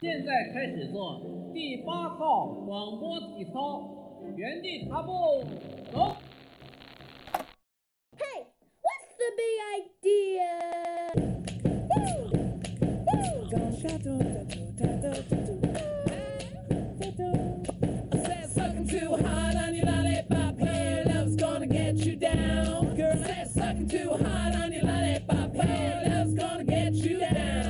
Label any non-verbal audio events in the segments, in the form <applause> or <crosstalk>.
现在开始做第八套广播体操，原地踏步，走。 Hey, what's the big idea? Woo! Woo! Said sucking too hard on your lollipop, hey, love's gonna get you down. Girl, said sucking too hard on your lollipop, hey, love's gonna get you down.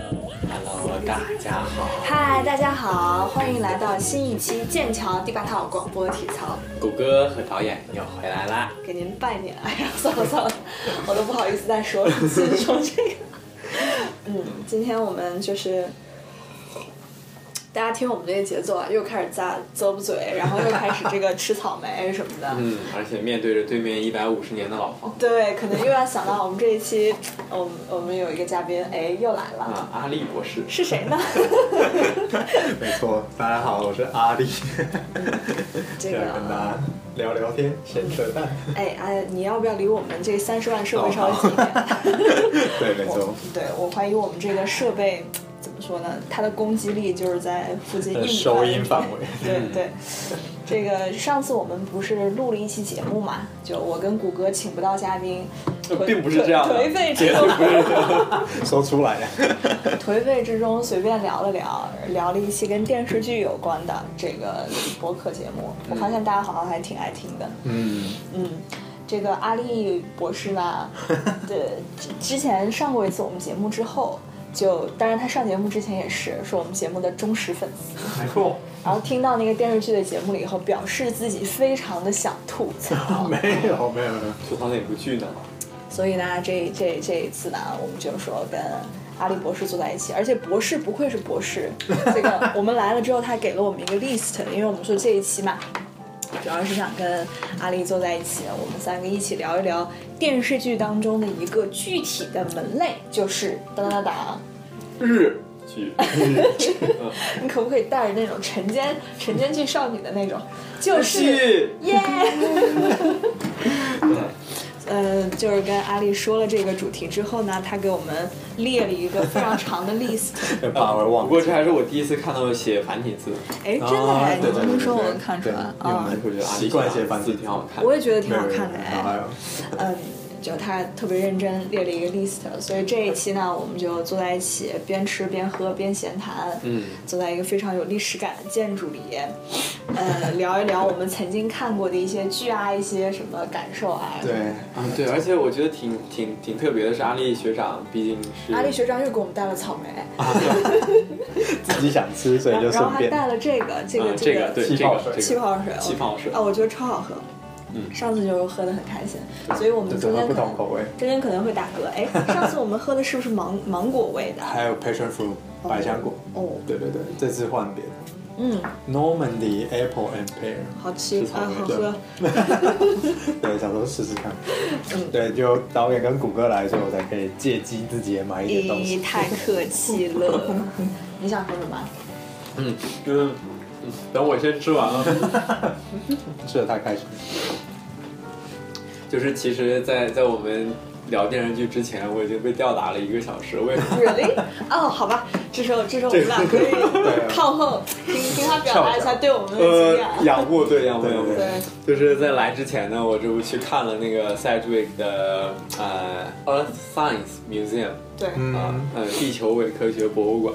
嗨，大家好，欢迎来到新一期剑桥第八套广播体操，谷歌和导演又回来啦！给您拜年。哎呀，算了算了，我都不好意思再说了，所以说这个。嗯，今天我们就是，大家听我们这个节奏啊，又开始咂咂不嘴，然后又开始这个吃草莓什么的。嗯，而且面对着对面一百五十年的老房对，可能又要想到我们这一期，我们我们有一个嘉宾，哎，又来了，啊，阿笠博士，是 <laughs> 谁呢？没错，大家好，我是阿 <laughs> 丽，这现个在跟大家聊聊天，闲扯淡。哎哎，你要不要离我们这三十万设备稍微近一点？对，没我 <laughs> 错，对我怀疑我们这个设备怎么说呢？它的攻击力就是在附近呃硬收 <laughs> 音范围。嗯对对，这个上次我们不是录了一期节目嘛？就我跟谷歌请不到嘉宾，颓呃并不是这样的颓废之绝中对，不是这样的。说出来，颓废之中随便聊了聊，聊了一期跟电视剧有关的这个播客节目。嗯我发现大家好像还挺爱听的。嗯，，嗯，这个阿丽博士呢，对，之之前上过一次我们节目之后，就当然他上节目之前也是是我们节目的忠实粉丝，没错，然后听到那个电视剧的节目了以后，表示自己非常的想吐槽没有，没有，没有，吐槽哪部剧呢？所以呢，这这这一次呢，我们就说跟。阿丽博士坐在一起，而且博士不愧是博士。 <laughs> 这个我们来了之后，他给了我们一个 list，因为我们说这一期嘛，主要是想跟阿丽坐在一起，我们三个一起聊一聊电视剧当中的一个具体的门类，就是当当当当，日剧，你可不可以带着那种晨间晨间剧少女的那种，就是戏，耶，对，呃，就是跟阿丽说了这个主题之后呢，她给我们列了一个非常长的 list，要把我啊不忘过记。这还是我第一次看到写繁体字，哎，真的哎，啊你对对这么对说我对看出来对啊、因为我们我觉得阿笠习惯写繁体字挺好看的。我也觉得挺好看的哎，哎，嗯，就他特别认真列了一个 list，所以这一期呢，我们就坐在一起边吃边喝边闲谈，嗯，坐在一个非常有历史感的建筑里，呃，聊一聊我们曾经看过的一些剧啊，一些什么感受啊。对，啊，对，而且我觉得挺挺挺特别的是阿笠学长，毕竟是阿丽学长又给我们带了草莓，自己想吃，所啊以就然后顺还便。啊带了这个这个嗯这个对气这泡个水这气个泡水，气泡水啊，我觉得超好喝。嗯上次就喝的很开心，所以我们这中怎么间不可同能口味？中间可能会打嗝。哎，上次我们喝的是不是芒芒果味的？还有 passion fruit 百香果。哦，对对对，这次换别的嗯， Normandy apple and pear。 <laughs> 好吃吃啊，草莓好喝。对，想说试试看。嗯对，就导演跟谷歌来的时候，我才可以借机自己也买一点东西咦，。太客气了。你想说什么？嗯嗯，嗯等我先吃完了。 <laughs> 吃的太开心。就是其实在，在我们聊电视剧之前，我已经被吊打了一个小时，为什么？ Really？哦，好吧，这时候这时候我们俩可以 <laughs> 对靠后听听他表达一下对我们的经验。呃仰慕对仰慕对仰慕对，对，就是在来之前呢，我这不去看了那个塞杜维克的呃 Earth Science Museum 对。啊嗯，，呃地球伪科学博 <laughs> 物馆，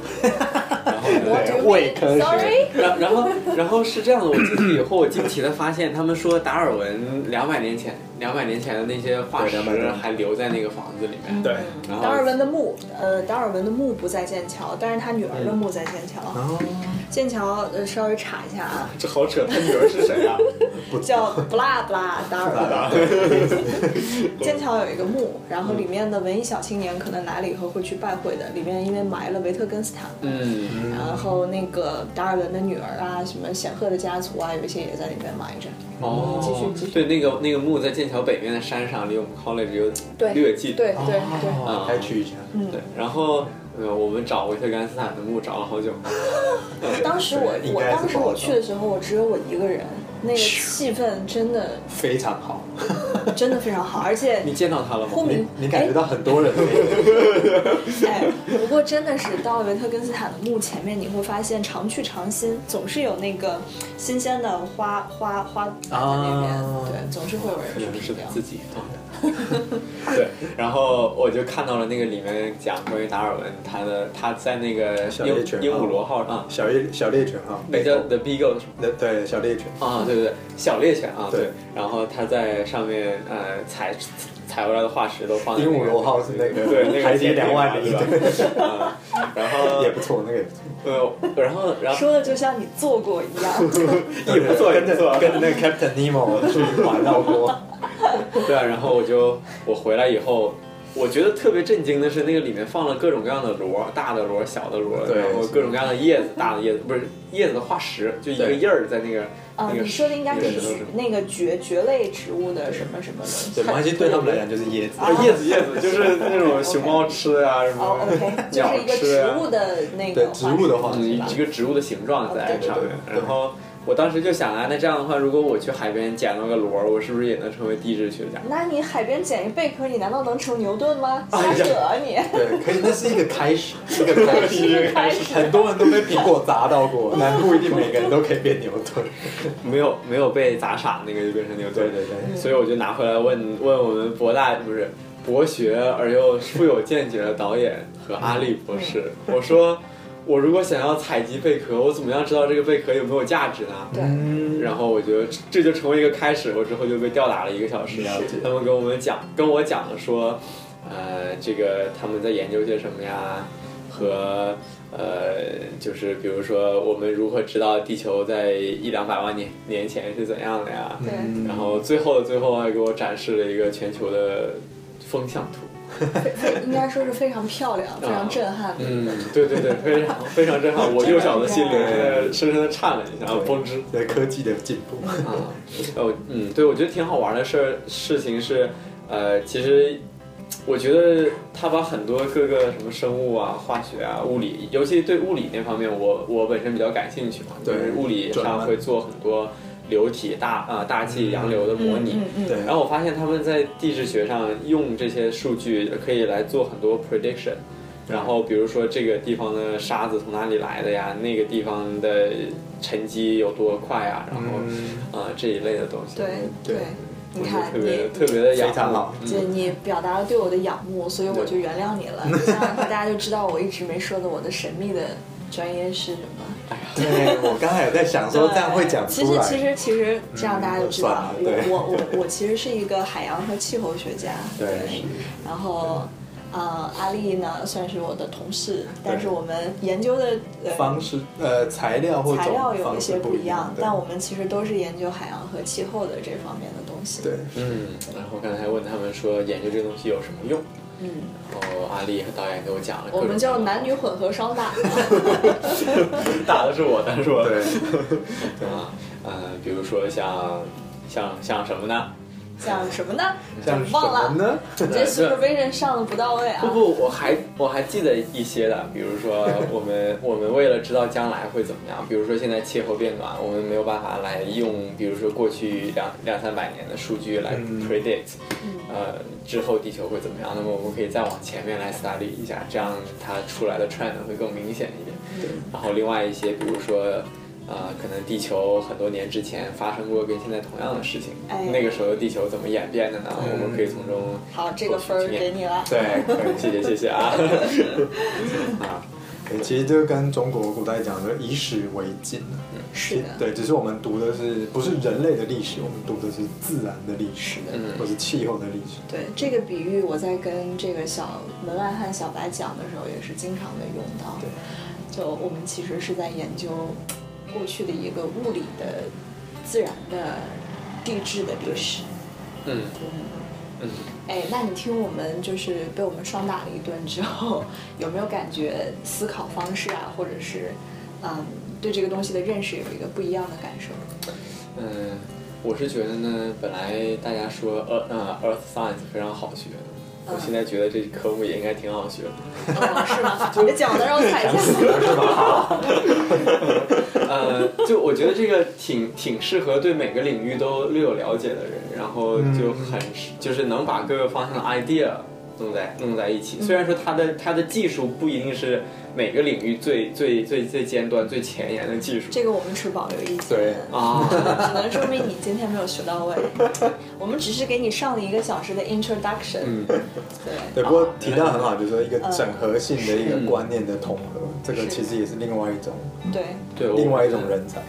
然后呢。对，伪科 Sorry，学。然然后然后是这样的，我进去以后，我惊奇的发现，他们说达尔文两百年前，两百年前的那些化石对200年还留在那个房子里面。对，然后嗯达尔文的墓，呃，达尔文的墓不在剑桥，但是他女儿的墓在剑桥。哦，剑桥，呃，稍微查一下啊，这好扯，他女儿是谁啊？不知叫道。布拉布 <laughs> 拉达尔文。 <laughs> 剑桥有一个墓，然后里面的文艺小青年可能来了以后会去拜会的。里面因为埋了维特根斯坦，嗯，然后那个达尔文的女儿啊，什么显赫的家族啊，有一些也在里面埋着。哦，继续继续对，那个那个墓在剑桥北面的山上，离我们 college 有对，略近。对对对，啊哦还去一下。嗯对，然后呃，我们找维特根斯坦的墓找了好久。当时我对应我该是当时不好我去的时候，我只有我一个人，那个气氛真的非常好，真的非常好，而且你见到他了吗呼？你民你感觉到很多人哎，不过真的是到了维特根斯坦的墓前面，你会发现常去常新，总是有那个新鲜的花花花在那边，啊对，总是会有人可能去是掉。自己哦放的。 <laughs> 对，然后我就看到了那个里面讲关于达尔文，他的他在那个小鹦猎犬鹦啊鹉螺号啊，小猎小猎犬哈，那叫 The Beagle 是吗那对小猎犬，啊，对对对，小猎犬啊，对对，然后他在上面呃采采回来的化石都放在鹦鹉那个螺号是那个对 <laughs> 那个海底地方两万里对吧？ <laughs> 啊然后 <laughs> 也不错，那个也不错，呃，然后然后说的就像你做过一样， <laughs> 也不错也跟不着错，跟着那个 Captain Nemo 去玩 <laughs> 到过，对啊，然后我就我回来以后，我觉得特别震惊的是，那个里面放了各种各样的螺，大的螺、小的螺，对然后是各种各样的叶子，大的叶子不是叶子的化石，就一个对叶儿在那个啊，那个你说的应该那是个石头上那个蕨蕨类植物的什么什么东西。对，毛巾对他们来讲就是椰子，啊叶子叶子就是那种熊猫吃啊什 <laughs> 哦么 <laughs> ，OK，就鸟是一个吃啊植物的那对个植物的话嗯，是一吧一个植物的形状哦在上面。对对对然后我当时就想啊，那这样的话，如果我去海边捡到个螺，我是不是也能成为地质学家？那你海边捡一贝壳，你难道能成牛顿吗？瞎哎呀扯啊你！对，可以，那是一个 <laughs> 开始，一个开始，一个开始很多人都被苹果砸到过，但不一定每个人都可以变牛顿， <laughs> 没有没有被砸傻，那个就变成牛顿。对对对所以我就拿回来问问我们博大不是博学而又富有见解的导演和阿笠博士，嗯我说我如果想要采集贝壳，我怎么样知道这个贝壳有没有价值呢？对嗯，然后我觉得这就成为一个开始，我之后就被吊打了一个小时了解。他们跟我们讲，跟我讲了说，呃，这个他们在研究些什么呀，和呃，就是比如说我们如何知道地球在一两百万年年前是怎样的呀？对嗯然后最后的最后还给我展示了一个全球的风向图。应该说是非常漂亮、非常震撼的。嗯，对对对，非常非常震撼，我幼小的心灵呃深深的颤了一下，对嘣吱。对科技的进步，啊，哦，嗯，对，我觉得挺好玩的事儿事情是，呃，其实我觉得他把很多各个什么生物啊、化学啊、物理，尤其对物理那方面我，我本身比较感兴趣嘛，对就是物理转上弯会做很多流体大啊、大气洋流的模拟。嗯嗯对，然后我发现他们在地质学上用这些数据可以来做很多 prediction，然后比如说这个地方的沙子从哪里来的呀，那个地方的沉积有多快啊，然后嗯啊、这一类的东西。对对对，你嗯我就看特你别特别的非养嗯常好，就你表达了对我的仰慕，所以我就原谅你 <laughs> 了。这样大家就知道我一直没说的我的神秘的专业是什么。呃对我刚才有在想说这样会讲其出实来，其实其实这样大家就知道了。嗯算了对嗯我我我我其实是一个海洋和气候学家。对，然后。呃，阿丽呢算是我的同事，但是我们研究的呃方式呃材料或材料种有一方些式不一一样，对但我们其实都是研究海洋和气候的这方面的东西。对，嗯，然后刚才问他们说研究这个东西有什么用，嗯，然后阿丽和导演给我讲了各种各样我的，们叫男女混合双打。打的是我，但是我对，啊，呃，比如说像像像什么呢？像什么呢？像什忘么了，呢？你这 supervision 上的不到位啊不。不，我还我还记得一些的，比如 <laughs> 说我们我们为了知道将来会怎么样，比如说现在气候变暖，我们没有办法来用，比如说过去两两三百年的数据来嗯 predict，、呃，之后地球会怎么样？那么我们可以再往前面来 study 一下，这样它出来的 trend 会更明显一点。然后另外一些，比如说。呃，可能地球很多年之前发生过跟现在同样的事情，哎嗯那个时候地球怎么演变的呢？我们可以从中好，这个分儿给你了。对，可以谢谢谢谢啊。 <laughs> 啊，对，其实就跟中国古代讲的以史为鉴啊是的，对，只是我们读的是不是人类的历史，我们读的是自然的历史，嗯或是气候的历史。对这个比喻，我在跟这个小门外汉小白讲的时候，也是经常的用到。对，就我们其实是在研究过去的一个物理的、自然的、地质的历史。嗯嗯，哎，那你听我们就是被我们双打了一顿之后，有没有感觉思考方式啊，或者是嗯对这个东西的认识有一个不一样的感受？嗯，我是觉得呢，本来大家说呃呃 Earth Science 非常好学，我现在觉得这科目也应该挺好学的。 <laughs> 哦、是吗？你的脚能让我踩一下。啊、呃，就我觉得这个挺挺适合对每个领域都略有了解的人，然后就很就是能把各个方向的 idea 弄在弄在一起。虽然说他的他的技术不一定是每个领域最最最最尖端、最前沿的技术这个我们持保留意见。对啊，只能说明你今天没有学到 <laughs> 位，我们只是给你上了一个小时的 introduction，、嗯，对，对，不过提到很好，就是说一个整合性的一个观念的统合，这个其实也是另外一种对，对，我另外一种人才，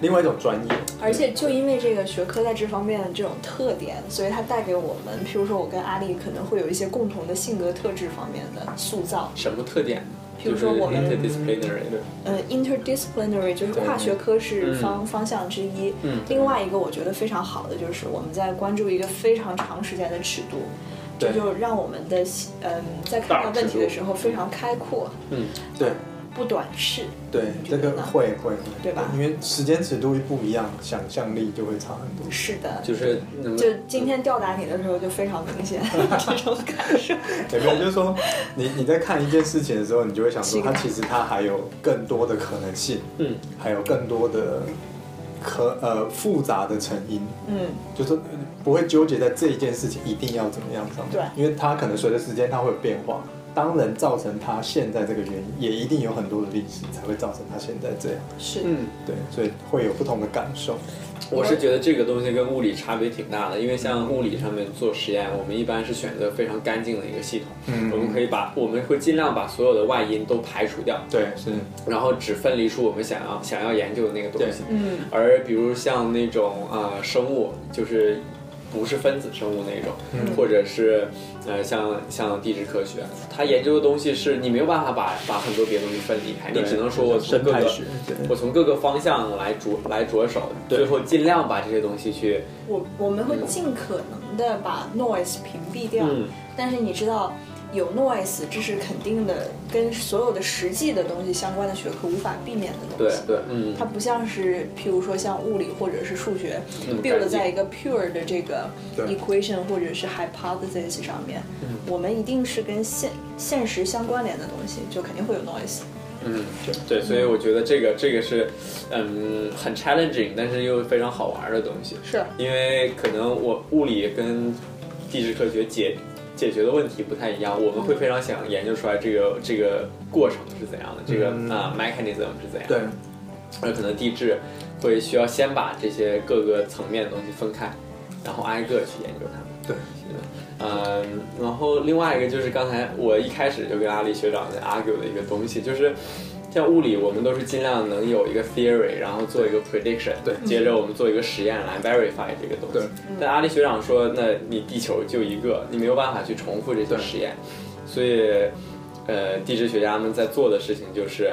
另外一种专业。而且就因为这个学科在这方面的这种特点，所以它带给我们，譬如说我跟阿丽可能会有一些共同的性格特质方面的塑造，什么特点？比如说我们就是 interdisciplinary 的，呃，interdisciplinary 就是跨学科是方、方向之一。嗯另外一个我觉得非常好的就是我们在关注一个非常长时间的尺度，这对就让我们的嗯在看大待问题尺度的时候非常开阔，嗯，对不短视。对，这个会会会，对吧因为时间尺度不一样，想象力就会差很多。是的，就是能就今天吊打你的时候就非常明显这种感受。对，没有，就是说，你你在看一件事情的时候，你就会想是说，一个它其实它还有更多的可能性，嗯，还有更多的可呃复杂的成因，嗯，就是不会纠结在这一件事情一定要怎么样上面，对因为它可能随着时间它会有变化，当然造成它现在这个原因，也一定有很多的历史才会造成它现在这样，是的。嗯。对，所以会有不同的感受，我是觉得这个东西跟物理差别挺大的，因为像物理上面做实验，我们一般是选择非常干净的一个系统，嗯我们可以把我们会尽量把所有的外因都排除掉，对，是，然后只分离出我们想要想要研究的那个东西对。嗯，而比如像那种呃生物，就是不是分子生物那种，嗯或者是呃像像地质科学，它研究的东西是你没有办法把把很多别的东西分离开，你对只能说我从生各态个学对我从各个方向来着来着手，对最后尽量把这些东西去我我们会尽可能的把 noise 屏蔽掉，嗯但是你知道。有 noise，这是肯定的，跟所有的实际的东西相关的学科无法避免的东对西。对嗯它不像是，譬如说像物理或者是数学、嗯 build 干净在一个 pure 的这个对 equation 或者是 hypothesis 上面，我们一定是跟现现实相关联的东西，就肯定会有 noise。嗯对，所以我觉得这个这个是嗯很 challenging，但是又非常好玩的东西。是因为可能我物理跟地质科学解解决的问题不太一样，我们会非常想研究出来这个这个过程是怎样的，这个嗯啊、mechanism 是怎样的。对，那可能地质会需要先把这些各个层面的东西分开，然后挨个去研究它们。对，嗯，然后另外一个就是刚才我一开始就跟阿丽学长在 argue 的一个东西，就是像物理，我们都是尽量能有一个 theory，然后做一个 prediction，对接着我们做一个实验来 verify 这个东西对。但阿丽学长说，那你地球就一个，你没有办法去重复这些对实验，所以，呃，地质学家们在做的事情就是。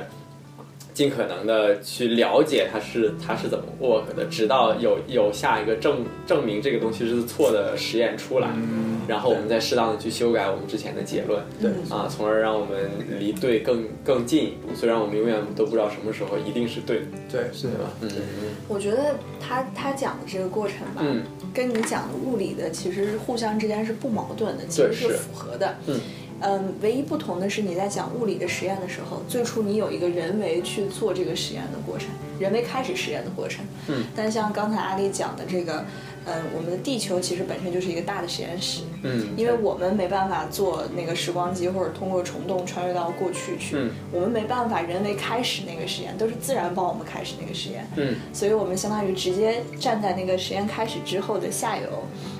尽可能的去了解它是它是怎么 work 的，直到有有下一个证证明这个东西是错的实验出来，嗯，然后我们再适当的去修改我们之前的结论，对啊，从而让我们离对更更进一步。虽然我们永远都不知道什么时候一定是对的，对是对吧？嗯我觉得他他讲的这个过程吧，嗯跟你讲的物理的其实互相之间是不矛盾的，其对实是是符合的。嗯嗯，唯一不同的是你在讲物理的实验的时候，最初你有一个人为去做这个实验的过程，人为开始实验的过程。嗯，但像刚才阿丽讲的这个，嗯，我们的地球其实本身就是一个大的实验室，嗯因为我们没办法坐那个时光机或者通过虫洞穿越到过去去，嗯我们没办法人为开始那个实验，都是自然帮我们开始那个实验。嗯所以我们相当于直接站在那个实验开始之后的下游，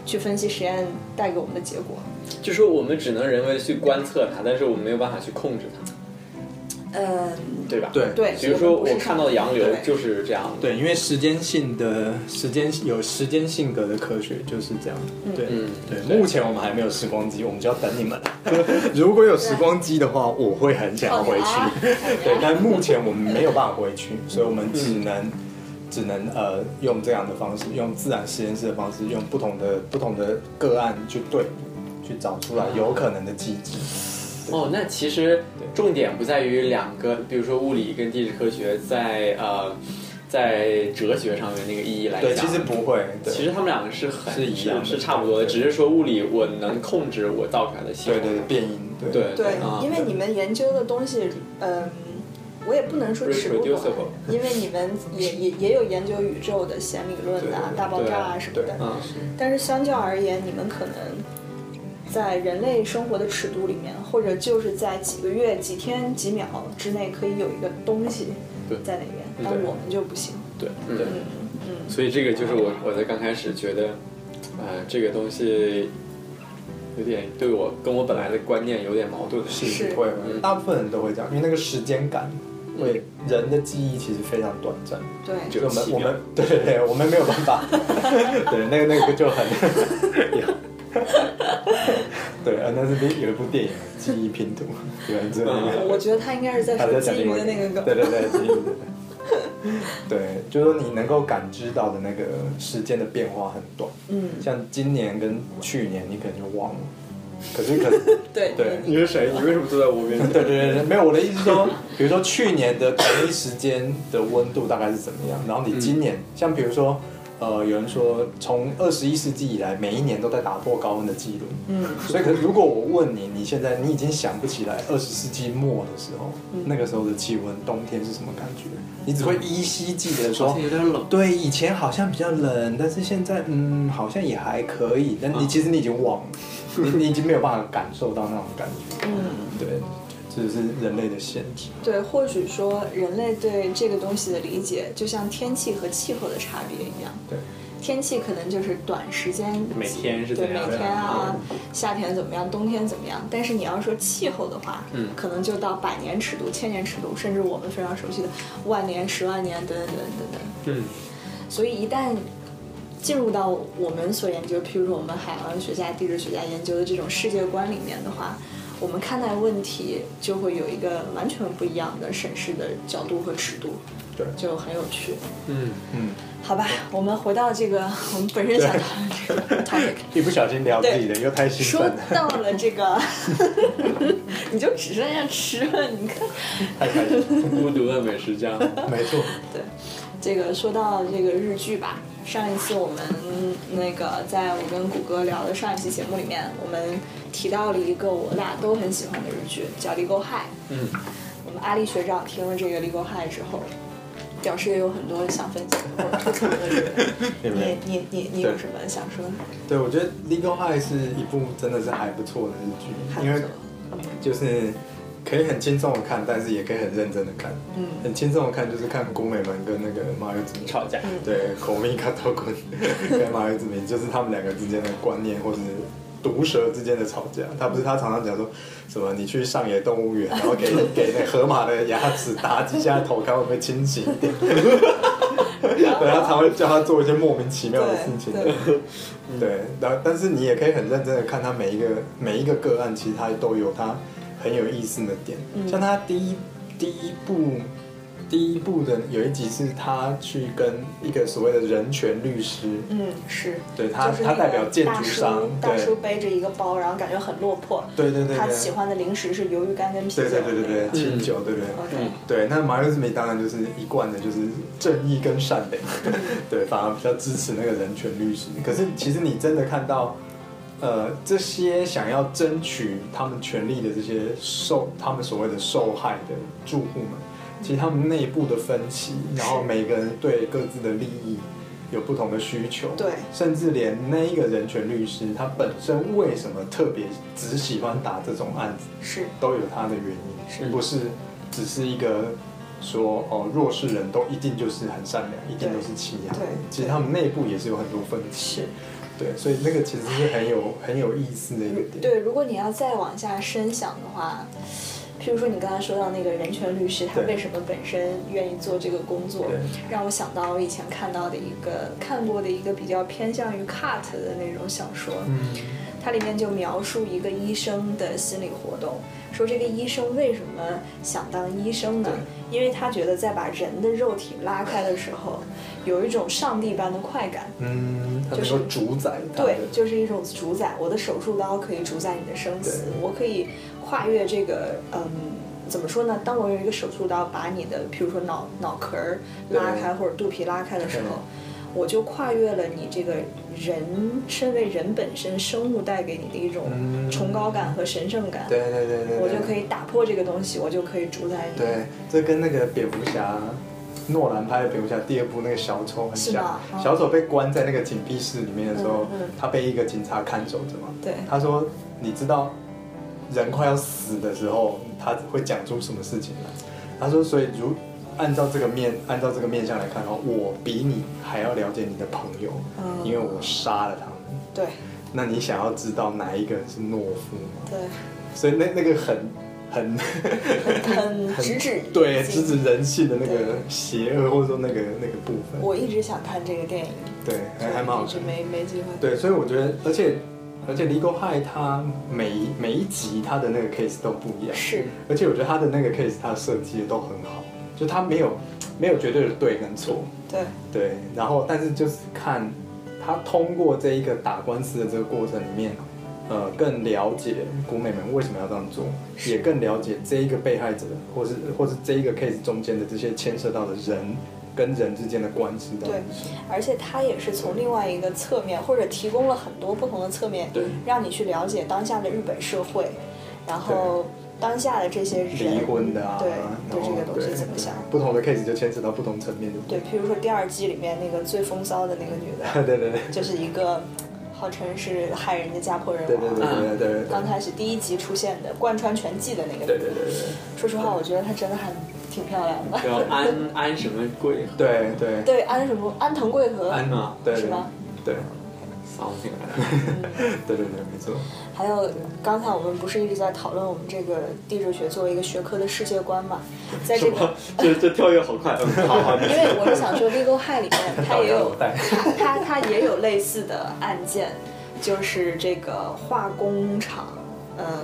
去分析实验带给我们的结果。就是我们只能人为地去观测它，但是我们没有办法去控制它，嗯，对吧？对对。比如说所以我们不是看到的洋流对就是这样的，对，因为时间性的时间有时间性格的科学就是这样。对、嗯对，对目前我们还没有时光机，我们就要等你 <laughs> 们。如果有时光机的话，我会很想要回好去。 <laughs> 对，但目前我们没有办法回去，所以我嗯们只能、只能呃用这样的方式，用自然实验室的方式，用不同的不同的个案去对比，去找出来有可能的机制。哦，那其实重点不在于两个，比如说物理跟地质科学在呃在哲学上面那个意义来讲，对，其实不会。对其实他们两个是很是一样的是差不多的，对只是说物理我能控制我造出来的系对统。对对变音对对对啊，因为你们研究的东西，嗯，我也不能说尺不懂 Reproducible，因为你们也也也有研究宇宙的弦理论啊、对大爆炸啊对什么的，嗯，但是相较而言，你们可能在人类生活的尺度里面，或者就是在几个月、几天、几秒之内，可以有一个东西对在那边，对但我们就不行。对嗯对，所以这个就是我我在刚开始觉得，呃，这个东西有点对我跟我本来的观念有点矛盾。是会会，嗯大部分人都会这样，因为那个时间感，会人的记忆其实非常短暂，对，就就我们奇我妙们 <laughs> 对对对，我们没有办 <laughs> 法，对，那个那个就很， <laughs> 对，呃那是另有一部电影《记忆拼图》，有人知道那 <laughs> 个。我觉得他应该是在他说在金鱼讲另外一的那个梗。对对对，金鱼的。对，就是说你能够感知到的那个时间的变化很短，嗯，像今年跟去年你可能就忘了，可是可是对对你是谁？你为什么坐在我面前？对对对对，没有我的意思说， <laughs> 比如说去年的同一时间的温度大概是怎么样，然后你今年，像比如说，呃，有人说从二十一世纪以来，每一年都在打破高温的记录，嗯，所以可是如果我问你，你现在你已经想不起来二十世纪末的时候，那个时候的气温，冬天是什么感觉？你只会依稀记得说好像有点冷对，以前好像比较冷，但是现在嗯，好像也还可以，但你其实你已经忘了，你你已经没有办法感受到那种感觉。对，这就是人类的限制。嗯对，或许说人类对这个东西的理解，就像天气和气候的差别一样。对，天气可能就是短时间，每天是怎对每样的天啊，夏天怎么样，冬天怎么样。但是你要说气候的话，嗯，可能就到百年尺度、千年尺度，甚至我们非常熟悉的万年、十万年等等等等等。嗯，所以一旦进入到我们所研究，譬如说我们海洋学家、地质学家研究的这种世界观里面的话，我们看待问题就会有一个完全不一样的审视的角度和尺度，对就很有趣。嗯，嗯，好吧，我们回到这个我们本身想讨论这个 topic。一不小心聊自己的，又太兴 <laughs> 说奋了，到了这个， <laughs> 你就只剩下吃了。你看，太开心了。孤独的美食家。 <laughs> 没错，对，这个说到这个日剧吧，上一次我们那个在我跟谷歌聊的上一期节目里面，我们提到了一个我俩都很喜欢的日剧，叫《l e g a High》。嗯，我们阿丽学长听了这个《l e g a High》之后，表示也有很多想分享或者吐槽的这个。有没有你你你你有对什么想说的？对我觉得《Legal High》是一部真的是还不错的日还剧，不因为错就是可以很轻松的看，但是也可以很认真的看。嗯很轻松的看就是看宫美门跟那个马友子明吵嗯架，对，口蜜卡 <laughs> 多滚跟马友子明就是他们两个之间的观念，或是毒蛇之间的吵架。他不是他常常讲说什么你去上野动物园，然后 <laughs> 给给那河马的牙齿打几下头，看会不会清醒一 <laughs> 点。对，他常会叫他做一些莫名其妙的事情。对嗯对，然后但是你也可以很认真的看他每一个每一个个案，其实他都有他很有意思的点。嗯像他第一第一部第一部的有一集是他去跟一个所谓的人权律师，嗯，是。对他就是那他个代表建筑商，大叔，大对叔背着一个包，然后感觉很落魄。对对对对他喜欢的嗯零食是鱿鱼干跟啤酒。对对对对对，嗯清酒对不对？ OK，对，那马瑞斯梅当然就是一贯的，就是正义跟善良，对，反而比较支持那个人权律师。可是其实你真的看到，呃，这些想要争取他们权利的这些受他们所谓的受害的住户们，其实他们内部的分歧，然后每个人对各自的利益有不同的需求，对甚至连那一个人权律师他本身为什么特别只喜欢打这种案子，是都有它的原因，不是只是一个说哦弱势人都一定就是很善良，一定都是欺压对对。其实他们内部也是有很多分歧，是。对，所以那个其实是很有很有意思的一个点。对，如果你要再往下深想的话，譬如说你刚才说到那个人权律师，他对为什么本身愿意做这个工作对，让我想到我以前看到的一个看过的一个比较偏向于 cut 的那种小说，嗯它里面就描述一个医生的心理活动，说这个医生为什么想当医生呢？因为他觉得在把人的肉体拉开的时候，有一种上帝般的快感。嗯，他就能是够主宰他的对，，就是一种主宰。我的手术刀可以主宰你的生死对，我可以跨越这个，嗯，怎么说呢？当我用一个手术刀把你的，比如说脑脑壳儿拉开或者肚皮拉开的时候，我就跨越了你这个人身为人本身生物带给你的一种嗯崇高感和神圣感，对对对对，我就可以。以打破这个东西，我就可以主宰你。对，这跟那个蝙蝠侠，诺兰拍的蝙蝠侠第二部那个小丑很是像吗。哦小丑被关在那个紧闭室里面的时候嗯嗯，他被一个警察看守着嘛。对他说：“你知道人快要死的时候，他会讲出什么事情来？”他说：“所以如按照这个面，按照这个面相来看的话，我比你还要了解你的朋友，嗯因为我杀了他们。对那你想要知道哪一个是懦夫吗？对，所以那那个很很 <laughs> 很直指对直直指。指人性的那对个邪恶，或者说那个那个部分，我一直想看这个电影，对，还还蛮好一直看的。没没机会。对，所以我觉得，而且而且《Legal High》它每一每一集它的那个 case 都不一样，是，而且我觉得它的那个 case 它设计的都很好，就它没有没有绝对的对跟错，对对，然后但是就是看他通过这一个打官司的这个过程里面，呃，更了解古美们为什么要这样做，也更了解这一个被害者，或是或是这一个 case 中间的这些牵涉到的人跟人之间的关系到底对是什么。而且它也是从另外一个侧面，或者提供了很多不同的侧面对，让你去了解当下的日本社会，然后当下的这些人离婚的啊，对然对后这个东西怎么想？对不同的 case 就牵扯到不同层面的。对，譬如说第二季里面那个最风骚的那个女的，对对对对就是一个号称是害人家家破人对对亡，对对对对刚开始第一集出现的贯穿全季的那个女对的，对对对，说实话，我觉得她真的还挺漂亮的。叫安安什么贵对对对 <laughs> 对，安什么安藤贵和，安啊对是吗对，something like 对对对，没错。还有刚才我们不是一直在讨论我们这个地质学作为一个学科的世界观嘛？在 that 这什个 <laughs> 么，这这跳跃好快，嗯好好，因为我是想说《Legal High》里 <laughs> 面它也有导弹它 <laughs> 它它也有类似的案件，就是这个化工厂，呃，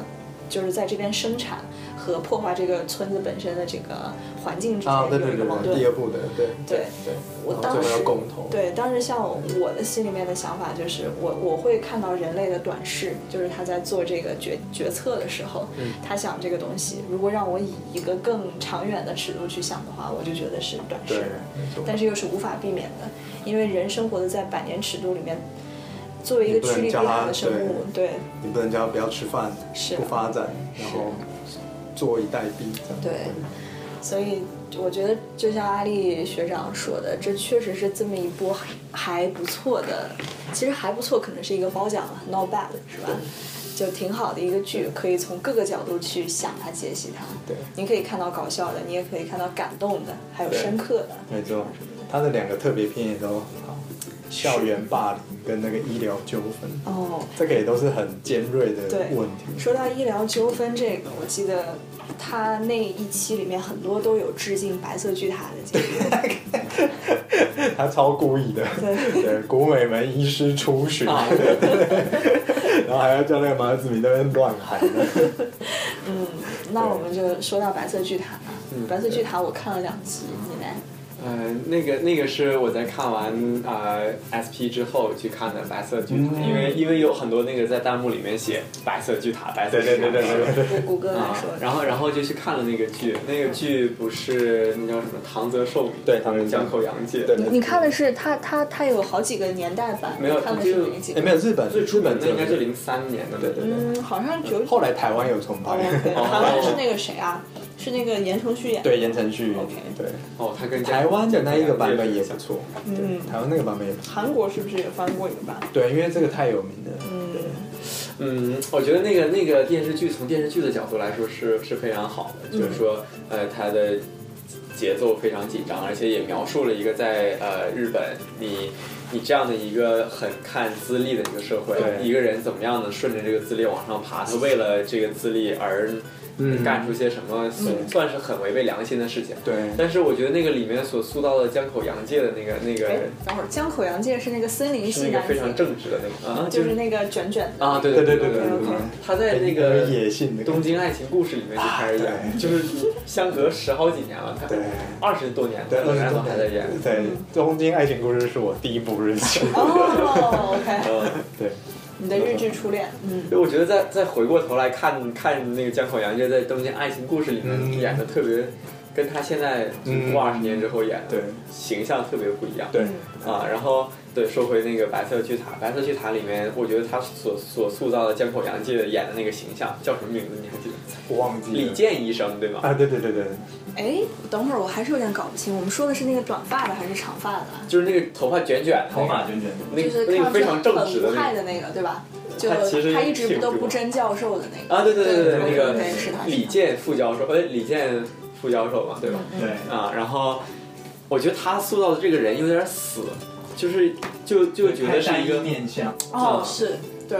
就是在这边生产和破坏这个村子本身的这个环境之间啊，对有对一个对矛对，盾第。二部的，对对对，我然后当最后时要共同，对当时像我的心里面的想法就是我，我会看到人类的短视，就是他在做这个决决策的时候，嗯他想这个东西，如果让我以一个更长远的尺度去想的话，我就觉得是短视对的，没错但是又是无法避免的，因为人生活的在百年尺度里面，作为一你个不能趋利避叫他害的生物，对你不能叫不要吃饭，是不发展，然后坐以待毙这样。对，所以我觉得就像阿丽学长说的，这确实是这么一波还还不错的，其实还不错，可能是一个褒奖了，not bad 是吧？就挺好的一个剧，可以从各个角度去想它、解析它。对你可以看到搞笑的，你也可以看到感动的，还有对深刻的。没错，他的两个特别篇也都很好，校园霸凌跟那个医疗纠纷，哦，这个也都是很尖锐的对问题。说到医疗纠纷这个，我记得他那一期里面很多都有致敬《白色巨塔》的镜头。他超故意的，对对，古美门医师出巡，啊 <laughs> 然后还要叫那个马子米在那边乱 <laughs> 喊，那我们就说到白色巨塔吧。嗯白色巨塔我看了两集，你呢？呃，那个那个是我在看完呃 SP 之后去看的白色巨塔，嗯因为因为有很多那个在弹幕里面写白色巨塔，白色巨塔，对，对谷歌来啊说的，，然后然后就去看了那个剧，那个剧不是那叫什么唐泽寿美，对唐泽寿美江口洋介，对你你看的是它它它有好几个年代版，没有你看的是哪几哎，个？没有日本，最出名的应该是日零三年的，本，对对对，嗯，好像九后来台湾有重哦拍，对，好像是那个谁啊，是那个言承旭演的。 <laughs> 对言承旭 OK，对哦，他跟江台湾的那一个版本也不错，嗯，台湾那个版本也不错，韩国是不是也翻过一个版？对，因为这个太有名了，嗯对。嗯，我觉得那个那个电视剧从电视剧的角度来说是是非常好的，就是说，呃，它的节奏非常紧张，而且也描述了一个在呃日本你你这样的一个很看资历的一个社会，对一个人怎么样的顺着这个资历往上爬，他为了这个资历而嗯干出些什么，算算是很违背良心的事情。对但是我觉得那个里面所塑造的江口洋介的那个那哎个，等会儿江口洋介是那个森林是系那个男非常子，正直的那个啊，就是那个卷卷的。啊，对对对对对对对对他在那个很野性的《东京爱情故事》里面就开始演，啊对就是相隔十好几年了，他对二十多年了，对，仍然都还在演。嗯对，《东京爱情故事》是我第一部 <laughs> 日剧， <laughs> 哦，OK，嗯，对，你的日剧初恋，嗯。所以我觉得再再回过头来看看那个江口洋介在《东京爱情故事》里面嗯演的特别跟他现在就是过二十年之后演的对形象特别不一样。嗯对，啊，然后对，说回那个白色巨塔，白色巨塔里面，我觉得他所所塑造的江口洋介演的那个形象叫什么名字？你还记得？我忘记了李健医生对吗？啊，对对对对，哎，等会儿我还是有点搞不清，我们说的是那个短发的还是长发的啊？就是那个头发卷卷，头发卷卷，那就个是那看个非常上正去直很的无那害个的那个，对吧？就他其实他一直挺都无不辜真教授的那个啊，对对对对，对那个对是他是他李健副教授，呃，李健副教授嘛，对吧？嗯对，啊，然后我觉得他塑造的这个人有点死，就是就就觉得是一开个单面相，哦啊，是对，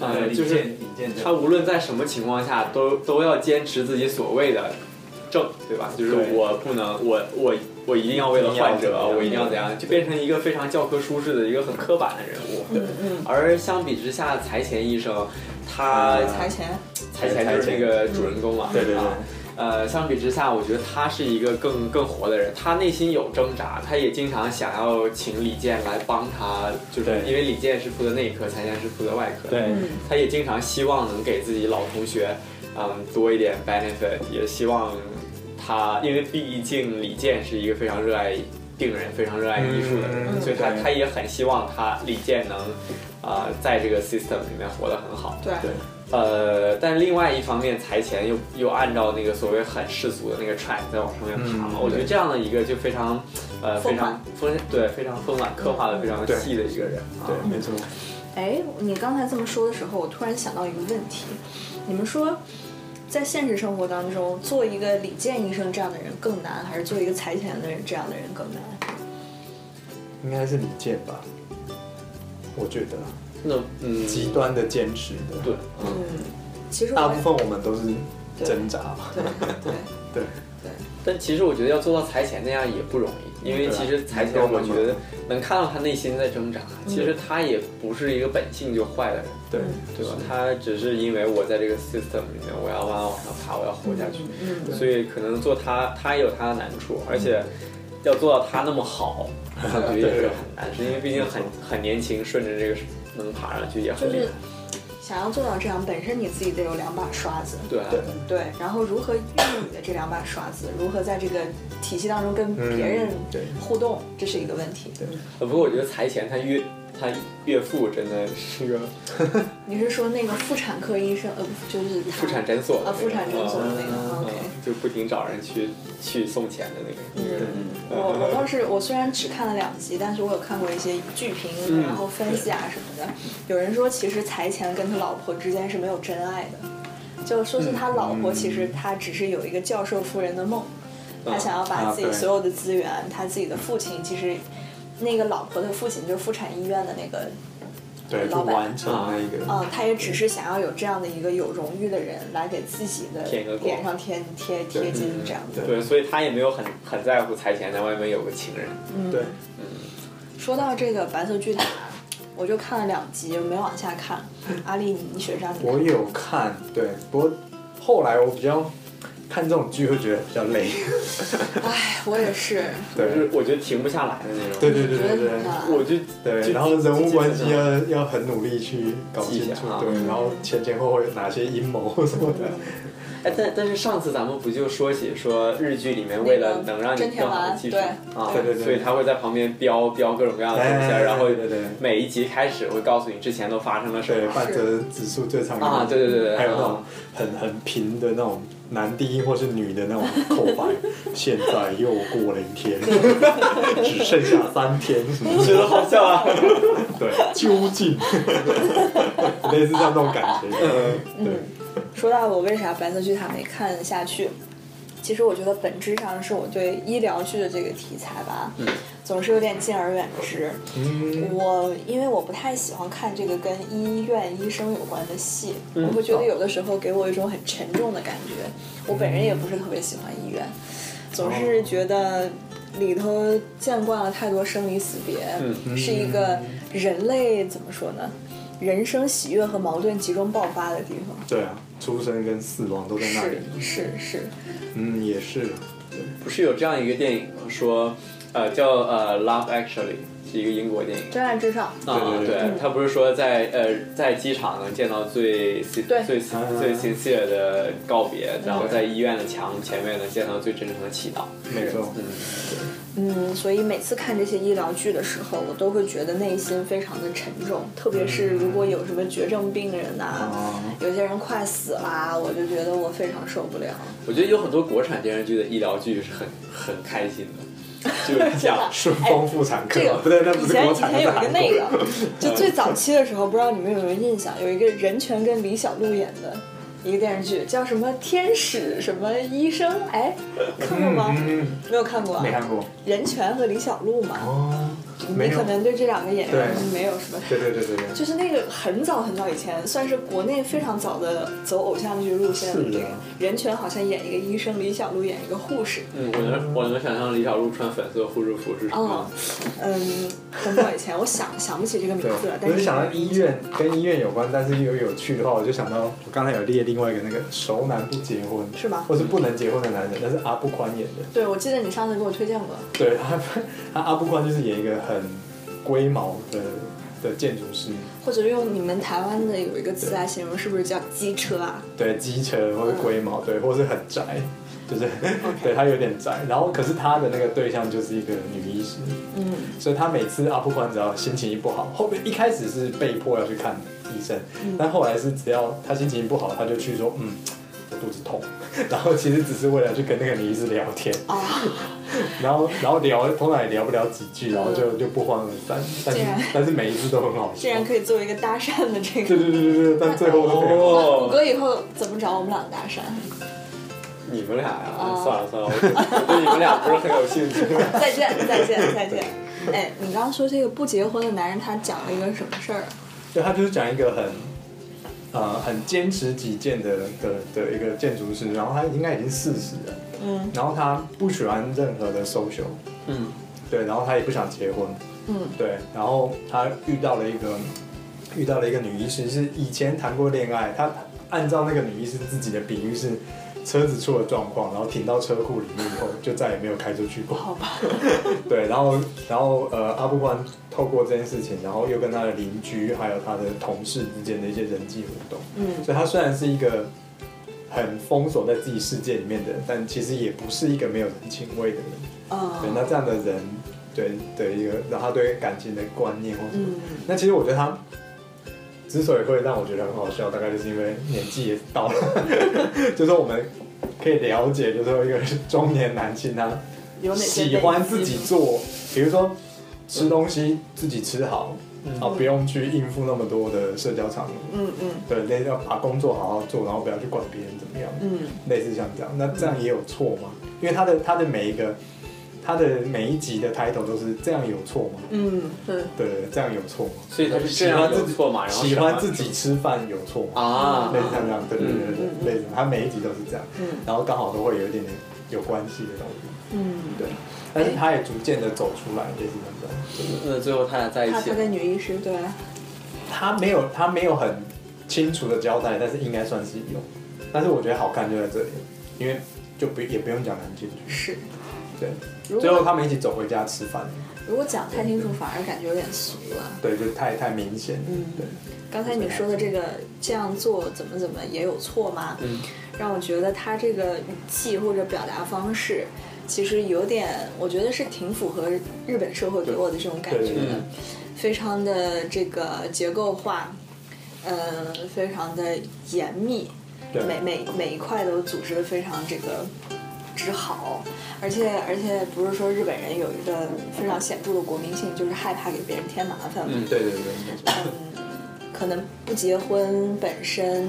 啊对，，就是李健，李健这他样，无论在什么情况下都都要坚持自己所谓的正，对吧？就是对我不能，我我我一定要为了患者，我我一一定定要要怎怎样，就变成一个非常教科书式的一个很刻板的人物。嗯嗯，而相比之下，财前医生，他嗯才前财前就是那个主人公嘛，对对对啊呃，相比之下，我觉得他是一个更更活的人，他内心有挣扎，他也经常想要请李健来帮他，就是对因为李健是负责内科，财前是负责外科，，对，嗯他也经常希望能给自己老同学，嗯，多一点 benefit，也希望他，因为毕竟李健是一个非常热爱病人、非常热爱艺术的人，嗯所以他对他也很希望他李健能，啊、在这个 system 里面活得很好。对对呃，但另外一方面，财前又又按照那个所谓很世俗的那个 track 在往上面爬嘛，嗯我觉得这样的一个就非常，呃，非丰常满丰对非常丰满刻画的非常嗯对细的一个人啊，对，没错，哎，你刚才这么说的时候，我突然想到一个问题，你们说，在现实生活当中，做一个李健医生这样的人更难，还是做一个财前的人这样的人更难？应该是李健吧，我觉得那嗯，极端的坚持的，对，嗯。嗯，其实大我部分我们都是挣扎嘛，对对对，但其实我觉得要做到财前那样也不容易，因为对啊嗯其实财前我觉得能看到他内心在挣扎，其实他也不是一个本性就坏的人，对，对吧？他只是因为我在这个 system 里面，我要慢慢往上爬，我要活下去，嗯嗯所以可能做他他也有他的难处，而且要做到他那么好，嗯我觉得也是很难，是因为毕竟很很年轻，顺着这个能爬上去也很就厉是害，想要做到这样，本身你自己得有两把刷子，对啊，对，对，然后如何运用你的这两把刷子，如何在这个体系当中跟别人嗯对互动，这是一个问题。呃不过我觉得财前他岳他岳父真的是个你是说那个妇产科医生，呃，就是他妇产诊所的啊，妇产诊所的那个嗯，OK。就不停找人去去送钱的那个。我我倒是，我虽然只看了两集，但是我有看过一些剧评，嗯然后分析啊什么的。有人说，其实财前跟他老婆之间是没有真爱的，就说是他老嗯婆，其实他只是有一个教授夫人的梦，他想要把啊自己对所有的资源，他自己的父亲，其实那个老婆的父亲就是妇产医院的那个对，就老板完成那个，啊嗯，他也只是想要有这样的一个有荣誉的人来给自己的添个光脸上贴贴贴金这样子。对，嗯所以他也没有很很在乎财前在外面有个情人。对，说到这个白色巨塔，我就看了两集，没往下看。阿丽，你你选啥？你看我有看，对，不过后来我比较看这种剧会觉得比较 <laughs> 累，哎，我也是，就对是，我觉得停不下来的那种。对对对觉得对很对。难。我就对，就然后人物关系记得要要很努力去搞记一清下楚啊，对，然后前前后后有哪些阴谋什么的，哎，但但是上次咱们不就说起说日剧里面为了能让你真田更好的丸记住对啊，对对对所以他会在旁边标标各种各样的东西啊，哎然后对对对每一集开始会告诉你之前都发生了什对，么。半泽指数最常用啊对对对对还有那啊种很很平的那种男低或是女的那种口白， <laughs> 现在又过了一天， <laughs> 只剩下三天，觉得好笑啊！ <laughs> 对，究竟类似像这种感觉，嗯对，说到我为啥白色巨塔没看下去，其实我觉得本质上是我对医疗剧的这个题材吧，总是有点敬而远之。嗯，我因为我不太喜欢看这个跟医院医生有关的戏，我会觉得有的时候给我一种很沉重的感觉。我本人也不是特别喜欢医院，总是觉得里头见惯了太多生离死别，是一个人类怎么说呢？人生喜悦和矛盾集中爆发的地方。对啊，出生跟死亡都在那里，是是是，嗯，也是，不是有这样一个电影吗？说，呃，叫呃《Love Actually》，是一个英国电影。真爱至上。啊，对对对，他不是说在呃在机场能见到最 sin- 对最 sin- 嗯最 sincere 的告别，然后对在医院的墙前面能见到最真诚的祈祷。没错，嗯，嗯，所以每次看这些医疗剧的时候，我都会觉得内心非常的沉重，特别是如果有什么绝症病人呐、嗯哦有些人快死啦，我就觉得我非常受不了。我觉得有很多国产电视剧的医疗剧是很很开心的，就是讲顺丰妇产科哎这个，不对，那不以是前国以产前有的，一个那 <laughs> 个，嗯就最早期的时候，不知道你们有没有印象，有一个任泉跟李小璐演的一个电视剧，叫什么《天使什么医生》？哎，看过吗？嗯，没有看过啊，没看过任泉和李小璐嘛，哦，你没有可，能对这两个演员对没有什么。对对对对对，就是那个很早很早以前，算是国内非常早的走偶像剧路线的是这的个任泉，好像演一个医生，李小璐演一个护士。嗯，我能我能想象李小璐穿粉色护士服是什么哦样，嗯，很早以前，我想想不起这个名对字了，，但我是就想到医院跟医院有关，但是又有趣的话，我就想到我刚才有列另外一个那个熟男不结婚，是吗嗯或是不能结婚的男人，那是阿布宽演的。对，我记得你上次给我推荐过，对他，他阿布宽就是演一个很龟毛的的建筑师，或者用你们台湾的有一个词来形容，是不是叫机车啊？对机车或者龟嗯毛，对，或是很宅，就是对他有点宅。然后可是他的那个对象就是一个女医师，嗯，所以他每次阿布宽只要心情一不好，后面一开始是被迫要去看医生，嗯但后来是只要他心情不好，他就去说嗯。我肚子痛，然后其实只是为了去跟那个女医师聊天，啊， <laughs> 然后然后聊，通常也聊不了几句，然后就就不欢而散。但嗯是竟然但是每一次都很好笑竟，然可以作为一个搭讪的这对个。对对对对，但最后都没有。哦谷歌以后怎么找我们俩搭讪？你们俩呀、哦算了算了，我我对你们俩不是很有兴趣。 <laughs> 再见，再见，再 <laughs> 见。哎，你刚刚说这个不结婚的男人，他讲了一个什么事儿啊？对他就是讲一个很呃很坚持己见的的的一个建筑师，然后他应该已经四十了，嗯然后他不喜欢任何的 social，嗯，对，然后他也不想结婚，嗯对，然后他遇到了一个遇到了一个女医师，是以前谈过恋爱，他按照那个女医师自己的比喻是。车子出了状况，然后停到车库里面以后，就再也没有开出去过。好吧，对，然后然后呃，阿布宽透过这件事情，然后又跟他的邻居还有他的同事之间的一些人际互动，嗯所以他虽然是一个很封锁在自己世界里面的人，但其实也不是一个没有人情味的人。对，嗯那这样的人，对的一个，然后他对感情的观念或什么，嗯那其实我觉得他。之所以会让我觉得很好笑，大概就是因为年纪也到了， <laughs> 就是我们可以了解，就是说一个中年男性他有哪些喜欢自己做，比如说吃东西自己吃好，啊，不用去应付那么多的社交场合，嗯嗯对，那要把工作好好做，然后不要去管别人怎么样，嗯类似像这样，那这样也有错吗？因为他的他的每一个他的每一集的 title 都是这样有错吗？嗯，对，对，这样有错吗？所以他是这喜样欢有自己错嘛？然后喜欢什么自己吃饭有错吗？啊类似像这样，对对对对嗯嗯对，类似，他每一集都是这样嗯，然后刚好都会有一点点有关系的东西。嗯，对，但是他也逐渐的走出来，也是那种，那最后他俩在一他起他了，跟女医师对，他没有他没有很清楚的交代，但是应该算是有，但是我觉得好看就在这里，因为就不也不用讲得很清楚，是。对，如最后果他们一起走回家吃饭，如果讲太清楚，反而感觉有点俗了。对，就太太明显，嗯对，刚才你说的这个这样做怎么怎么也有错吗？嗯，让我觉得他这个语气或者表达方式，其实有点，我觉得是挺符合日本社会给我的这种感觉对的嗯，非常的这个结构化，呃，非常的严密，对每每每一块都组织的非常这个之好，而且而且不是说日本人有一个非常显著的国民性，就是害怕给别人添麻烦嘛。嗯对对对对，没错嗯可能不结婚本身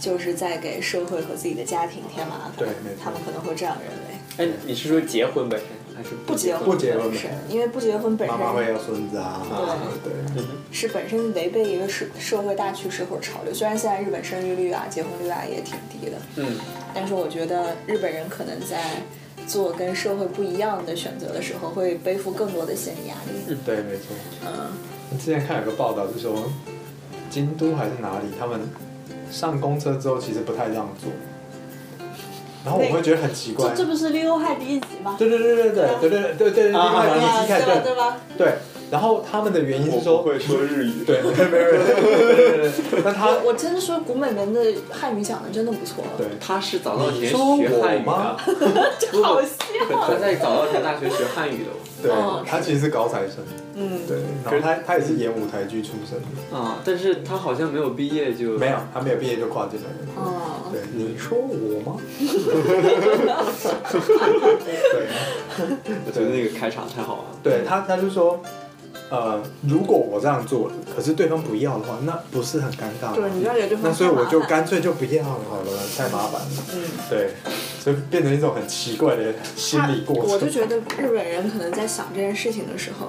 就是在给社会和自己的家庭添麻烦，对没错他们可能会这样认为。哎，你是说结婚本身还是不结婚？婚不结婚本身，因为不结婚本妈妈会身要孙子啊，对是本身违背一个社社会大趋势或者潮流。虽然现在日本生育率啊、结婚率啊也挺低的，嗯，但是我觉得日本人可能在做跟社会不一样的选择的时候，会背负更多的心理压力。对，没错。嗯，之前看有个报道是说，京都还是哪里，他们上公车之后其实不太让座，然后我会觉得很奇怪这。这不是利欧害第一集吗？对对对对对对对对对对，另啊外第一吧？集看对吧？对对吧？对，然后他们的原因我是不说，会说日语，对，没有没有没有，那他我我真的说古美门的汉语讲的真的不错，对他是早稻田你说学汉我语吗 <laughs> 的，这好笑。他在早稻田大学学汉语的。对哦，他其实是高材生，嗯，对，然后他他也是演舞台剧出身的，啊，但是他好像没有毕业就没有，他没有毕业就跨进来了。哦，对，你说我吗？对，我觉得那个开场太好玩了。对他他就说，呃，如果我这样做了，可是对方不要的话，那不是很尴尬吗？对你要给对方那所以我干就嘛干脆就不要了好了，太麻烦了。嗯，对，所以变成一种很奇怪的心他理过程。我就觉得日本人可能在想这件事情的时候，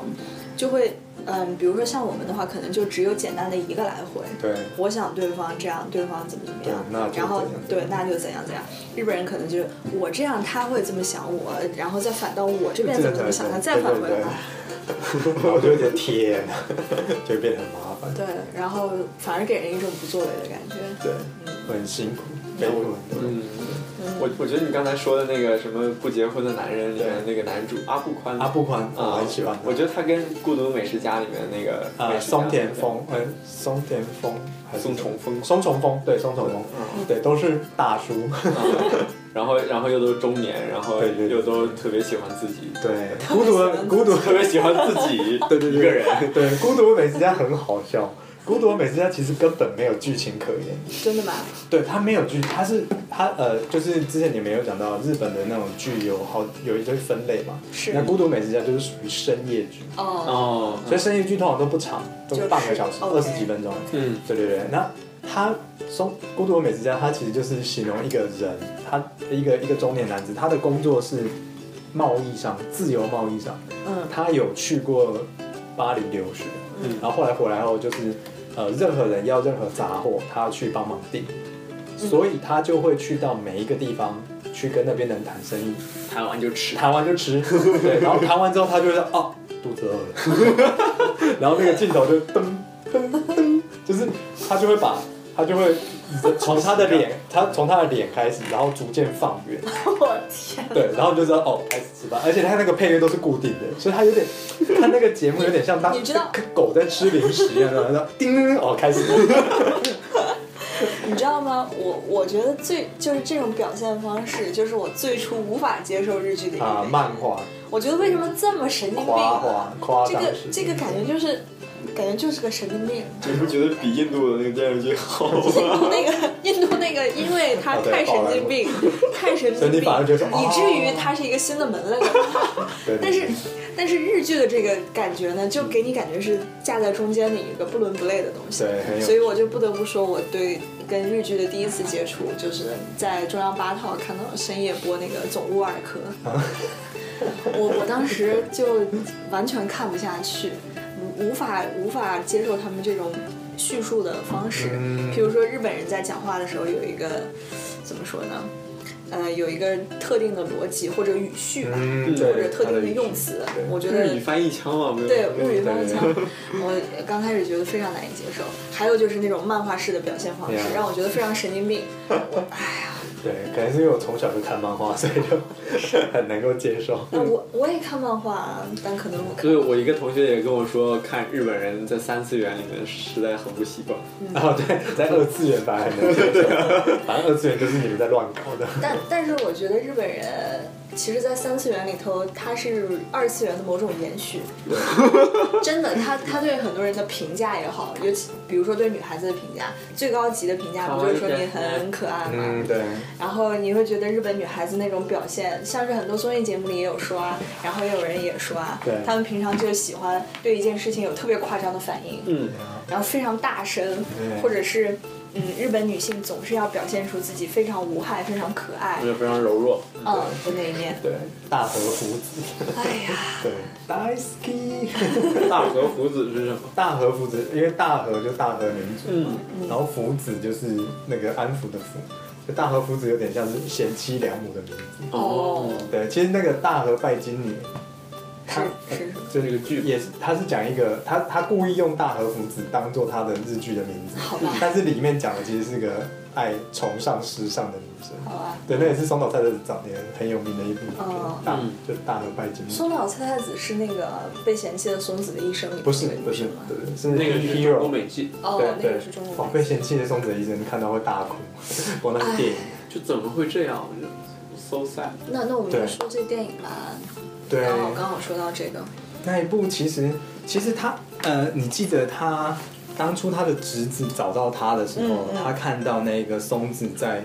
就会，嗯，比如说像我们的话，可能就只有简单的一个来回。对我想对方这样，对方怎么怎么样对，那就然后怎样对，那就怎样怎样。日本人可能就是我这样，他会这么想我，然后再反到我这边这怎个么怎么想，他再才对反对回对来。然后就会觉得天哪， <laughs> 就变得很麻烦。对，然后反而给人一种不作为的感觉。对，会很辛苦，背负很多。嗯，我我觉得你刚才说的那个什么不结婚的男人里面那个男主阿布宽阿布宽，我啊，很喜欢他。我觉得他跟《孤独美食家》里面那个美呃，食家松田风，呃，松田风还是宋重嗯峰松重峰，对，松重峰，对，都是大叔， <laughs> 啊，然后然后又都中年，然后对对对又都特别喜欢自己， <laughs> 对，孤独的孤独，特别喜欢自己 <laughs> 对对对，一个人。， <laughs> 对，孤独的美食家很好笑，孤独的美食家其实根本没有剧情可言，真的吗？对他没有剧，他是他呃，就是之前你们有讲到日本的那种剧有好有一堆分类嘛，是那孤独美食家就是属于深夜剧，哦， <laughs> 哦，所以深夜剧通常都不长，都就是半个小时， OK 二十几分钟。嗯对对对，那他松孤独的美食家，他其实就是形容一个人，他一个一个中年男子，他的工作是贸易商，自由贸易商，嗯，他有去过巴黎留学，嗯然后后来回来后就是，呃，任何人要任何杂货，他去帮忙订，嗯所以他就会去到每一个地方去跟那边的人谈生意，谈完就吃。谈完就吃，对，然后谈完之后他就会说哦，肚子饿了， <laughs> 然后那个镜头就噔噔噔，就是他就会把他就会从他的脸，他从他的脸开始，然后逐渐放远，我天，对，然后你就知道哦，开始吃饭，而且他那个配乐都是固定的，所以他有点，他那个节目有点像当你知道狗在吃零食一样，然后叮叮哦开始了，啊你知道吗？我我觉得最就是这种表现方式，就是我最初无法接受日剧的一个啊原因漫画我觉得为什么这么神经病、夸啊夸？夸这张个式，这个感觉就是，感觉就是个神经 <laughs> 病。你不觉得比印度的那个电视剧好吗？印度那个，印度那个，因为他哦对太神经病，太神所经以你病，反而觉得以至于哦他是一个新的门类。对，对但是，但是日剧的这个感觉呢，就给你感觉是架在中间的一个不伦不类的东西。对很有所以我就不得不说，我对跟日剧的第一次接触，就是在中央八套看到深夜播那个《总务二科》 <laughs> 我我当时就完全看不下去，无无法无法接受他们这种叙述的方式。嗯譬如说，日本人在讲话的时候有一个怎么说呢？呃，有一个特定的逻辑或者语序吧，嗯或对者特他定的的语用序词对，我觉得日语翻译腔嘛，没有嗯对日语对翻译对腔，我刚开始觉得非常难以接受。还有就是那种漫画式的表现方式 Yeah，让我觉得非常神经病。我哎呀，对，可能是因为我从小就看漫画，所以就很能够接受。那我我也看漫画啊，但可能我看 <laughs> 所以我一个同学也跟我说，看日本人在三次元里面实在很不习惯。啊嗯然后对，在二次元反而很能接受，反正二次元就是你们在乱搞的。但但是我觉得日本人，其实，在三次元里头，他是二次元的某种延 <laughs> 续。真的，他他对很多人的评价也好，尤其比如说对女孩子的评价，最高级的评价不就是说你很可爱吗？嗯，对，然后你会觉得日本女孩子那种表现，像是很多综艺节目里也有说啊，然后也有人也说啊对，他们平常就是喜欢对一件事情有特别夸张的反应，嗯，然后非常大声对，或者是嗯，日本女性总是要表现出自己非常无害、非常可爱我，就非常柔弱。嗯的那一面。对，大和胡子，哎呀，对，Daisy，大和福子是什么？大和福子，因为大和就大和民族嘛，嗯然后福子就是那个安抚的福，就大和福子有点像是贤妻良母的名字。哦，对，其实那个大和拜金女，她是是什么？这是个剧，也是他是讲一个他他故意用大和福子当做他的日剧的名字，但是里面讲的其实是个爱崇尚时尚的女生。好吧。对，那也是松岛菜菜子早年很有名的一部影片哦，大就大和拜金。松岛菜菜子是那个被嫌弃的松子的一生里不是面的不女是生吗？，对是那个是中国 hero。美剧，哦对，那对个是中，哇国！哎被嫌弃的松子医生看到会大哭，我那是电影。就怎么会这样？我就 so sad。那那我们对说这电影吧，对，刚好刚好说到这个，那一部其实其实他呃，你记得他当初他的侄子找到他的时候，嗯嗯他看到那个松子在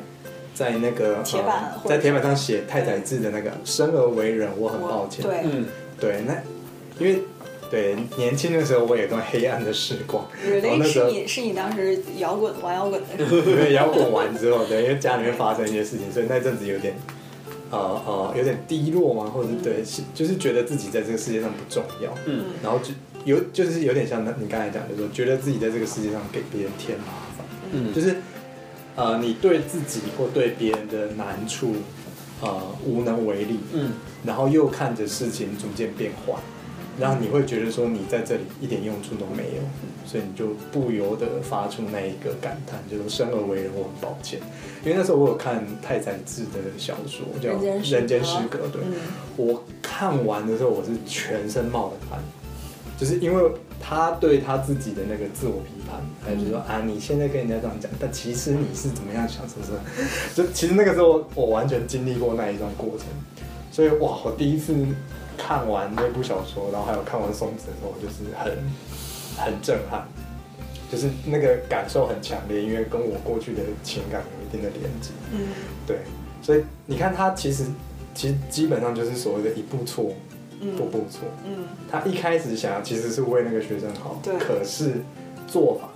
在那个铁板呃或者在铁板上写太宰治的那个“生而为人，我很抱我歉”，对，嗯，对，那因为对年轻的时候我有段黑暗的时光，哦然后 Relay 那时是候你是你当时摇滚玩摇滚的时候，因为摇滚完之后，对，因为家里面发生一些事情，所以那阵子有点，呃呃，有点低落嘛，或者是对，是就是觉得自己在这个世界上不重要，嗯，然后就有就是有点像那你刚才讲的说，觉得自己在这个世界上给别人添麻烦，嗯就是呃，你对自己或对别人的难处，呃，无能为力，嗯，然后又看着事情逐渐变坏，然后你会觉得说你在这里一点用处都没有，所以你就不由得发出那一个感叹，就是生而为人，我很抱歉。因为那时候我有看太宰治的小说叫人间失《格人间失格》，对、嗯我看完的时候我是全身冒冷汗，就是因为他对他自己的那个自我批判，还有就是说、啊，你现在跟人家这样讲，但其实你是怎么样想，是不是？就其实那个时 <laughs> 候我完全经历过那一段过程，所以哇，我第一次看完那部小说，然后还有看完松子的时候，我就是很很震撼，就是那个感受很强烈，因为跟我过去的情感有一定的连接。嗯，对，所以你看他其实其实基本上就是所谓的一步错，步步错。嗯，他一开始想要其实是为那个学生好，对可是做法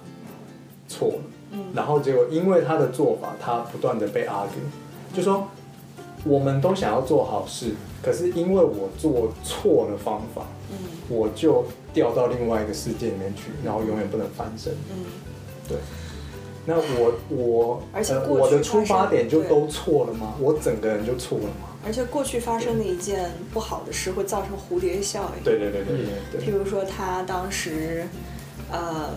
错了，然后结果因为他的做法，他不断的被 argue，就说我们都想要做好事，可是因为我做错了方法，嗯我就掉到另外一个世界里面去，然后永远不能翻身，嗯，对。那我我而且呃过去我的发出发生点就对都错了吗？我整个人就错了吗？而且过去发生的一件不好的事会造成蝴蝶效应，对对对对对对。譬如说他当时，呃，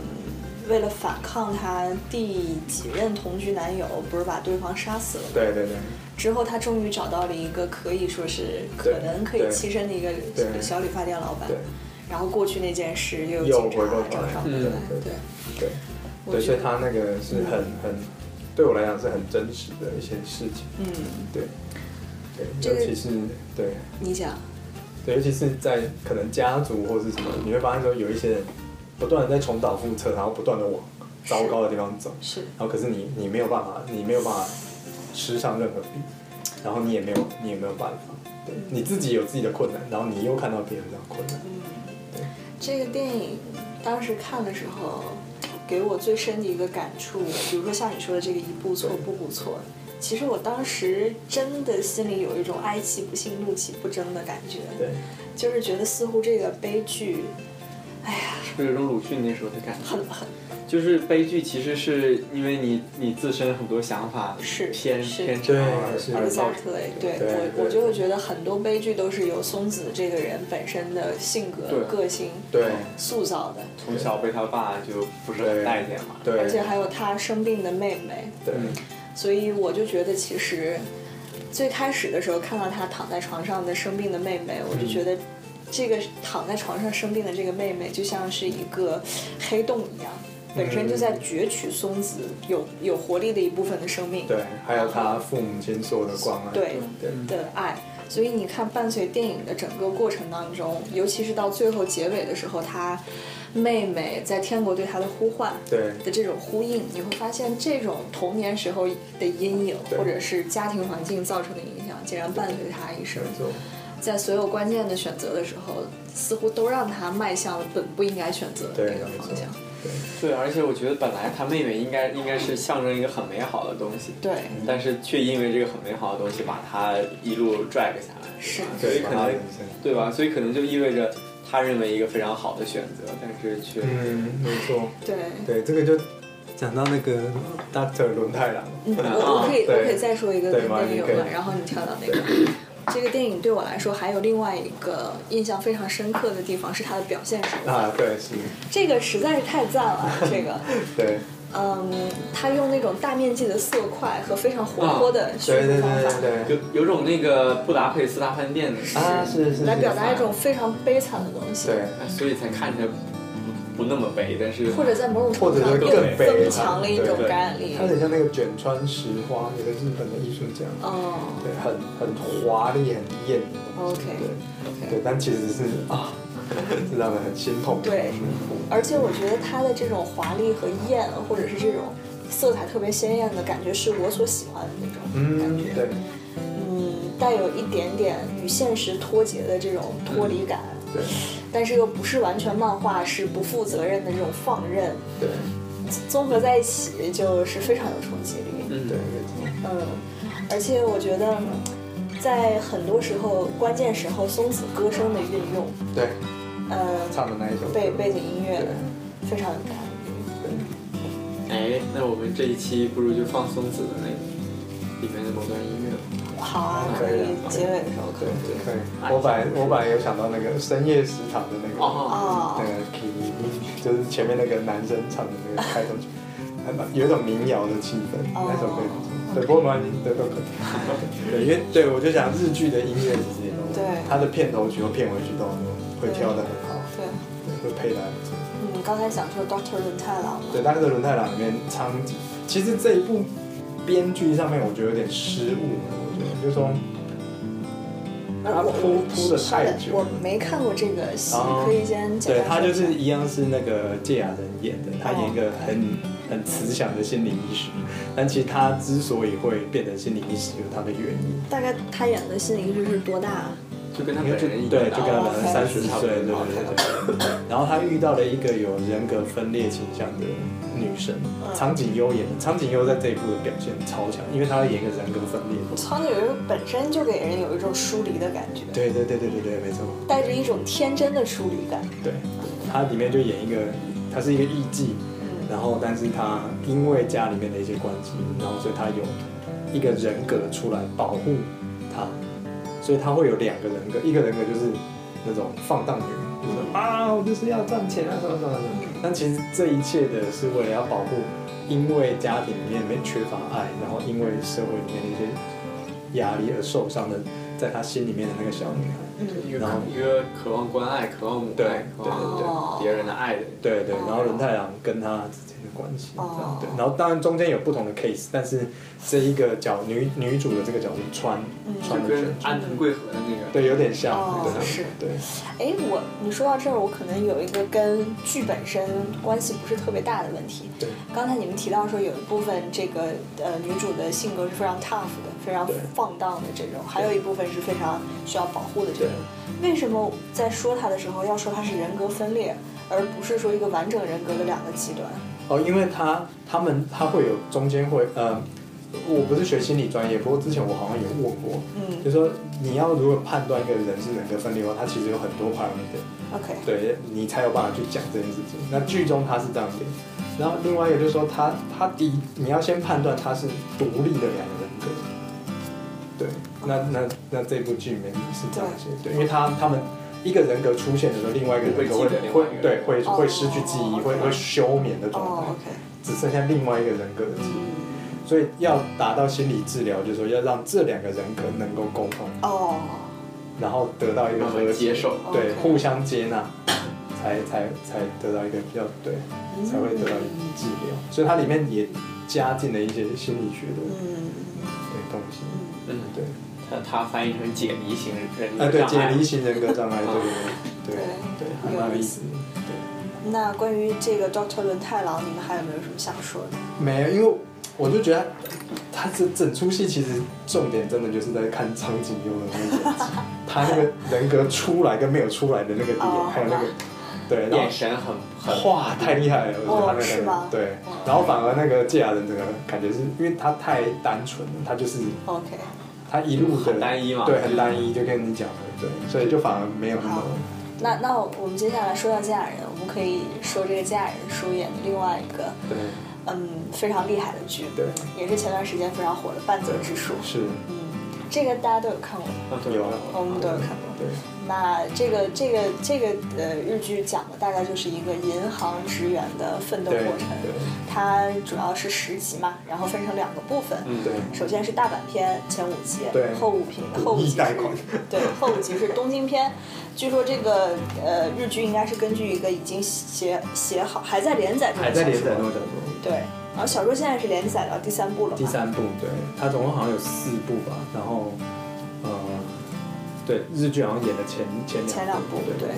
为了反抗他第几任同居男友，不是把对方杀死了吗？对对对，之后他终于找到了一个可以说是可对能可以对栖身的一个对小理发店老板对，然后过去那件事又又有警回过察头找来上嗯门来，对对，对，我对，觉所以得他那个是很很，对我来讲是很真实的一些事情，嗯，对，这对，个尤其是对，你讲，对，尤其是在可能家族或是什么，你会发现说有一些人不断的在重蹈覆辙，然后不断的往糟糕的地方走，是然后可是你你没有办法，你没有办法吃上任何比，然后你也没有你也没有办法，对，嗯你自己有自己的困难，然后你又看到别人这样困难，这个电影当时看的时候，给我最深的一个感触，比如说像你说的这个一步错步步错，其实我当时真的心里有一种哀其不幸，怒其不争的感觉，对，就是觉得似乎这个悲剧，哎呀，是不是有种鲁迅那时候的感觉？很很就是悲剧，其实是因为你你自身很多想法是偏是偏差而对而造成。 Exactly，对对我我就会觉得很多悲剧都是由松子这个人本身的性格、对个性对塑造的，从小被他爸就不是很待见嘛。对，而且还有他生病的妹妹，对嗯所以我就觉得其实最开始的时候看到他躺在床上的生病的妹妹，我就觉得这个躺在床上生病的这个妹妹就像是一个黑洞一样。本身就在攫取松子有有活力的一部分的生命，对，还有他父母亲说的关爱，对对的爱。所以你看，伴随电影的整个过程当中，尤其是到最后结尾的时候，他妹妹在天国对他的呼唤对的这种呼应，你会发现这种童年时候的阴影，对或者是家庭环境造成的影响，竟然伴随他一生没，错，在所有关键的选择的时候，似乎都让他迈向了本不应该选择的对那个没方错向。对，而且我觉得本来他妹妹应该应该是象征一个很美好的东西，对，嗯但是却因为这个很美好的东西把他一路 drag 下来，是吧所以对，可把他能人生，对吧？所以可能就意味着他认为一个非常好的选择，但是却、嗯，没错，对。对，这个就讲到那个 Doctor 轮太郎，嗯，我我可以对我可以再说一个跟对吗那个有你可以关，然后你跳到那个。这个电影对我来说还有另外一个印象非常深刻的地方是它的表现手法，啊，对，是，这个实在是太赞了。这个，对，嗯，他用那种大面积的色块和非常活泼的叙啊对述对方法，对对有有种那个布达佩斯大饭店的对，啊，是是是，来表达一种非常悲惨的东西，对，哎所以才看着不不那么悲，但是或者在某种或程度上者是又更悲增惨强了一对种对感染力它。有点像那个卷川石花，有个日本的艺术家，嗯对，很很华丽、很艳的东西 OK，对对，但其实是啊，是让人很心痛，对而且我觉得它的这种华丽和艳，或者是这种色彩特别鲜艳的感觉，是我所喜欢的那种感嗯觉。，对，嗯，带有一点点与现实脱节的这种脱离感，对但是又不是完全漫画，是不负责任的这种放任，对综合在一起就是非常有冲击力。嗯对，没错，嗯，而且我觉得。在很多时候，关键时候，松子歌声的运用，对，呃，唱的那一首歌背背景音乐非常有感。哎，那我们这一期不如就放松子的那个里面的某段音乐。好啊，可可以以啊结尾的时候可对以。对对，哎我本来我本来有想到那个深夜食堂的那个。哦，哦那，个 key，就是前面那个男生唱的那个开头曲，还蛮有一种民谣的气氛，哦那首歌也不错。对，不过没关系，对都可以。对，因为对我就想日剧的音乐其实也都，对它的片头曲和片尾曲都会挑的很好，对，对，会配的不错。嗯，刚才想说 Doctor 轮太郎嘛，对，《大个的轮太郎》里面苍井，其实这一部编剧上面我觉得有点失误，我觉得就是说呃他我铺铺的是太的久我了。没看过这个戏，哦可以先简对单他说一就下是一样是那个芥雅人演的，他演一个很很慈祥的心理医师，但其实他之所以会变成心理医师，有他的原因。大概他演的心理医师是多大啊？就跟他因本为就人一样，对，就跟他本哦人三十岁，差不多对对对对对。然后他遇到了一个有人格分裂倾向的女生，苍井优演的。苍井优在这一部的表现超强，因为他演一个人格分裂。苍井优本身就给人有一种疏离的感觉，对对对对对对，没错。带着一种天真的疏离感。对，他里面就演一个，他是一个艺妓，然后但是他因为家里面的一些关系，然后所以他有一个人格出来保护他，所以他会有两个人格，一个人格就是那种放荡女人，就是啊我就是要赚钱啊什么什么什么，但其实这一切的是为了要保护，因为家庭里面没缺乏爱，然后因为社会里面的一些压力而受伤的，在他心里面的那个小女孩。嗯一个然后一个渴望关爱、渴望母对爱、渴对望对哦，别人的爱的人。对对，然后轮太郎跟他之间的关系，这哦样对，然后当然中间有不同的 case，但是这一个角女女主的这个角度穿穿就的跟全安藤贵和的那个，对有点像，嗯哦对是对哎，我你说到这儿，我可能有一个跟剧本身关系不是特别大的问题。对刚才你们提到说有一部分这个呃女主的性格是非常 tough 的，非常对放荡的这种，还有一部分是非常需要保护的这种。为什么在说她的时候要说她是人格分裂，而不是说一个完整人格的两个极端？哦，因为他他们他会有中间会呃，我不是学心理专业，不过之前我好像有问过，嗯就说你要如何判断一个人是人格分裂的话，他其实有很多 parameter， ，OK，对你才有办法去讲这件事情。那剧中他是这样演，然后另外一个就是说他他第一你要先判断他是独立的两个人格，对，那那那这部剧里面是这样写，对，因为他他们一个人格出现的时候，另外一个人格会会记得另外会一个对会哦会失去记忆，会会休眠的状态哦，，OK，只剩下另外一个人格的记忆。嗯，所以要达到心理治疗，就是说要让这两个人格能够沟通，哦，然后得到一个让他和们解接。受。对 OK 互相接纳，才才才得到一个比较对，才会得到治疗。哦所以它里面也加进了一些心理学的嗯，对东西，嗯，对，他他翻译成解离型人啊格对，障解碍。离型人格障碍，<laughs> 对对对对对，还蛮有意思的。那关于这个 Doctor 轮太郎，你们还有没有什么想说的？没有，因为我就觉得他这整出戏其实重点真的就是在看苍井优的那 <laughs> 个眼睛，他那个人格出来跟没有出来的那个哦点，还有那个对，然后眼神很很哇，太厉害了！我觉得他那哦个是吗对，然后反而那个芥雅人整个感觉是因为他太单纯了，他就是 OK，他一路的很单一嘛对，很单一，就跟你讲的对，所以就反而没有那么好那那我们接下来说到芥雅人，我们可以说这个芥雅人主演的另外一个对嗯非常厉害的剧，对也是前段时间非常火的《半泽直树》。是嗯，这个大家都有看过吧，啊，对有吧啊？我们都有看过。对，那这个这个这个呃日剧讲的大概就是一个银行职员的奋斗对过程对，它主要是十集嘛，然后分成两个部分。嗯，对，首先是大阪篇前五集，对后五篇后五集故意贷款是对，后五集是东京篇。据说这个呃日剧应该是根据一个已经写写好还在连载中的还在连载小中说的小说，对，然后小说现在是连载到第三部了嘛？第三部，对，它总共好像有四部吧，然后，呃，对，日剧好像演了前前前两两部对对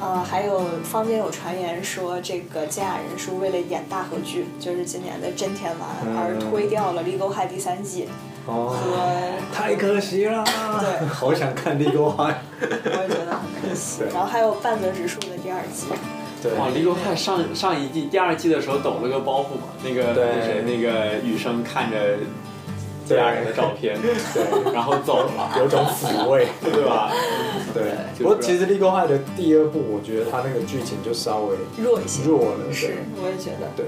呃，还有坊间有传言说，这个金雅人是为了演大和剧，就是今年的真田丸，嗯而推掉了《Legal High》第三季。哦，我太可惜啦，对好想看《利多花》，我也觉 <laughs> 得很可惜对。然后还有半泽直树的第二季，对，哇，《离沟派》哦上上一季、第二季的时候抖了个包袱嘛，那个对那谁那个雨生看着家人的照片，对， <laughs> 然后走了，有种抚慰，对吧？对。就不过其实《利多花》的第二部，我觉得它那个剧情就稍微弱一些。弱了，是，我也觉得。对，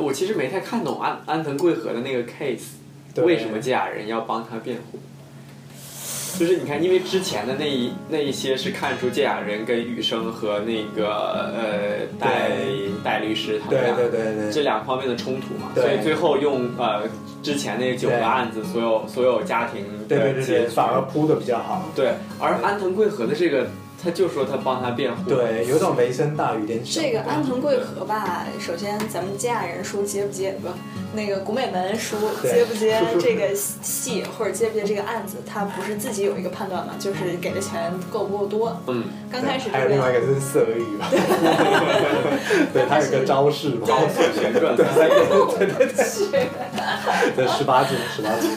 我其实没太看懂安安藤贵和的那个 case，对为什么这俩人要帮他辩护？就是你看，因为之前的那一那一些是看出这俩人跟雨生和那个呃戴戴律师他们对俩对对这对，两方面的冲突嘛，对所以最后用呃之前那九对个案子，所有所有家庭的对对对结局对，反而铺的比较好，对，而安藤贵和的这个，他就说他帮他辩护，对，有种雷声大雨点小，这个安藤贵和吧，首先咱们金雅人书接不接不，那个古美门书对接不接这个戏或者接不接这个案子，他不是自己有一个判断嘛，就是给的钱够不够多。嗯，刚开始还有这另外一个个是色语吧， <laughs> 对，它有个招式嘛，对旋转对，还有对对对，这十八禁，十八禁，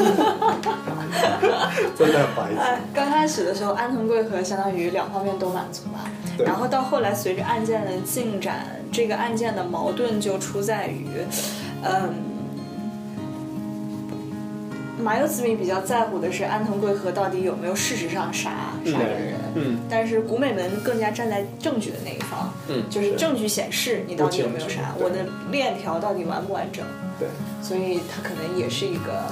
<laughs> 真的很白哎痴，，刚开始的时候，安藤贵和相当于两方面都满足了，对然后到后来随着案件的进展，这个案件的矛盾就出在于，嗯，马友子米比较在乎的是安藤贵和到底有没有事实上杀杀这个人，嗯，但是古美门更加站在证据的那一方，嗯就是是证据显示你到底有没有杀，不我清的楚对链条到底完不完整，对，所以他可能也是一个，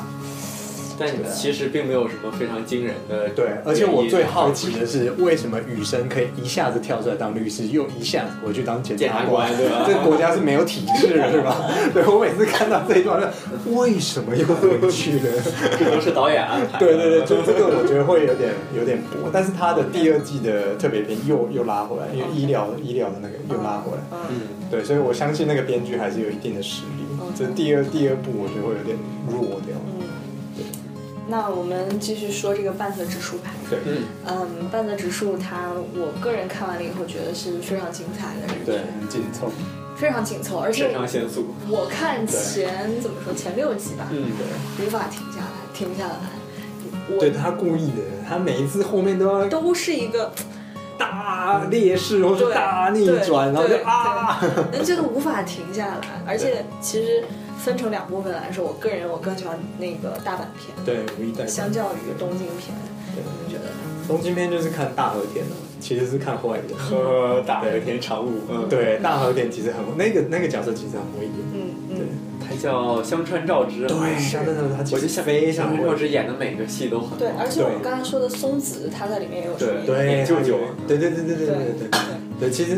但其实并没有什么非常惊人的对，而且我最好奇的是，为什么雨生可以一下子跳出来当律师，又一下子回去当检检察察官对吧这国家是没有体制的是吧？ <laughs> 对我每次看到这一段，为什么又回去呢？ <laughs> 这都是导演安排，对对对，就这个我觉得会有点有点薄，但是他的第二季的特别篇又又拉回来，因为医疗医疗的那个又拉回来，嗯，嗯，对，所以我相信那个编剧还是有一定的实力嗯。这第二第二部我觉得会有点弱掉，那我们继续说这个半泽直树派。对嗯嗯，半泽直树他，我个人看完了以后觉得是非常精彩的日剧，对，很紧凑，非常紧凑，而肾且上腺素，我看前怎么说前六集吧，嗯，无法停下来，停不下来，对我他故意的，他每一次后面都要都是一个大劣势或者大逆转，然后就啊，，对对对能觉得无法停下来，而且其实分成两部分来说，我个人我更喜欢那个大阪片，对，无一代相较于东京片，对你们觉得呢？东京片就是看大和田的，其实是看坏人。和大和田常务，嗯，对，大和田其实很那个那个角色其实很威严，嗯嗯。他叫香川照之，对，像那种他其我就实想非香常川威照严。之演的每个戏都很对，而且我们对刚才说的松子，他在里面也有出演。对，舅舅对对对对对对对对对，其实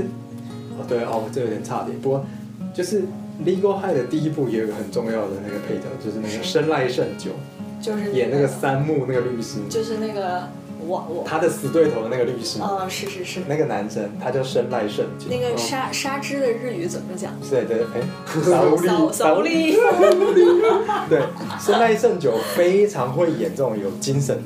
哦对哦，这有点差点，不过就是《Legal High》的第一部也有一个很重要的那个配角，就是那个深濑胜久就是演那个三木那个律师，就是那个我我，他的死对头的那个律师，嗯，是是是，那个男生他叫深濑胜久那。个沙沙织的日语怎么讲？对对， <laughs> 哎，扫扫扫利， <laughs> 对，深濑胜久非常会演这种有精神、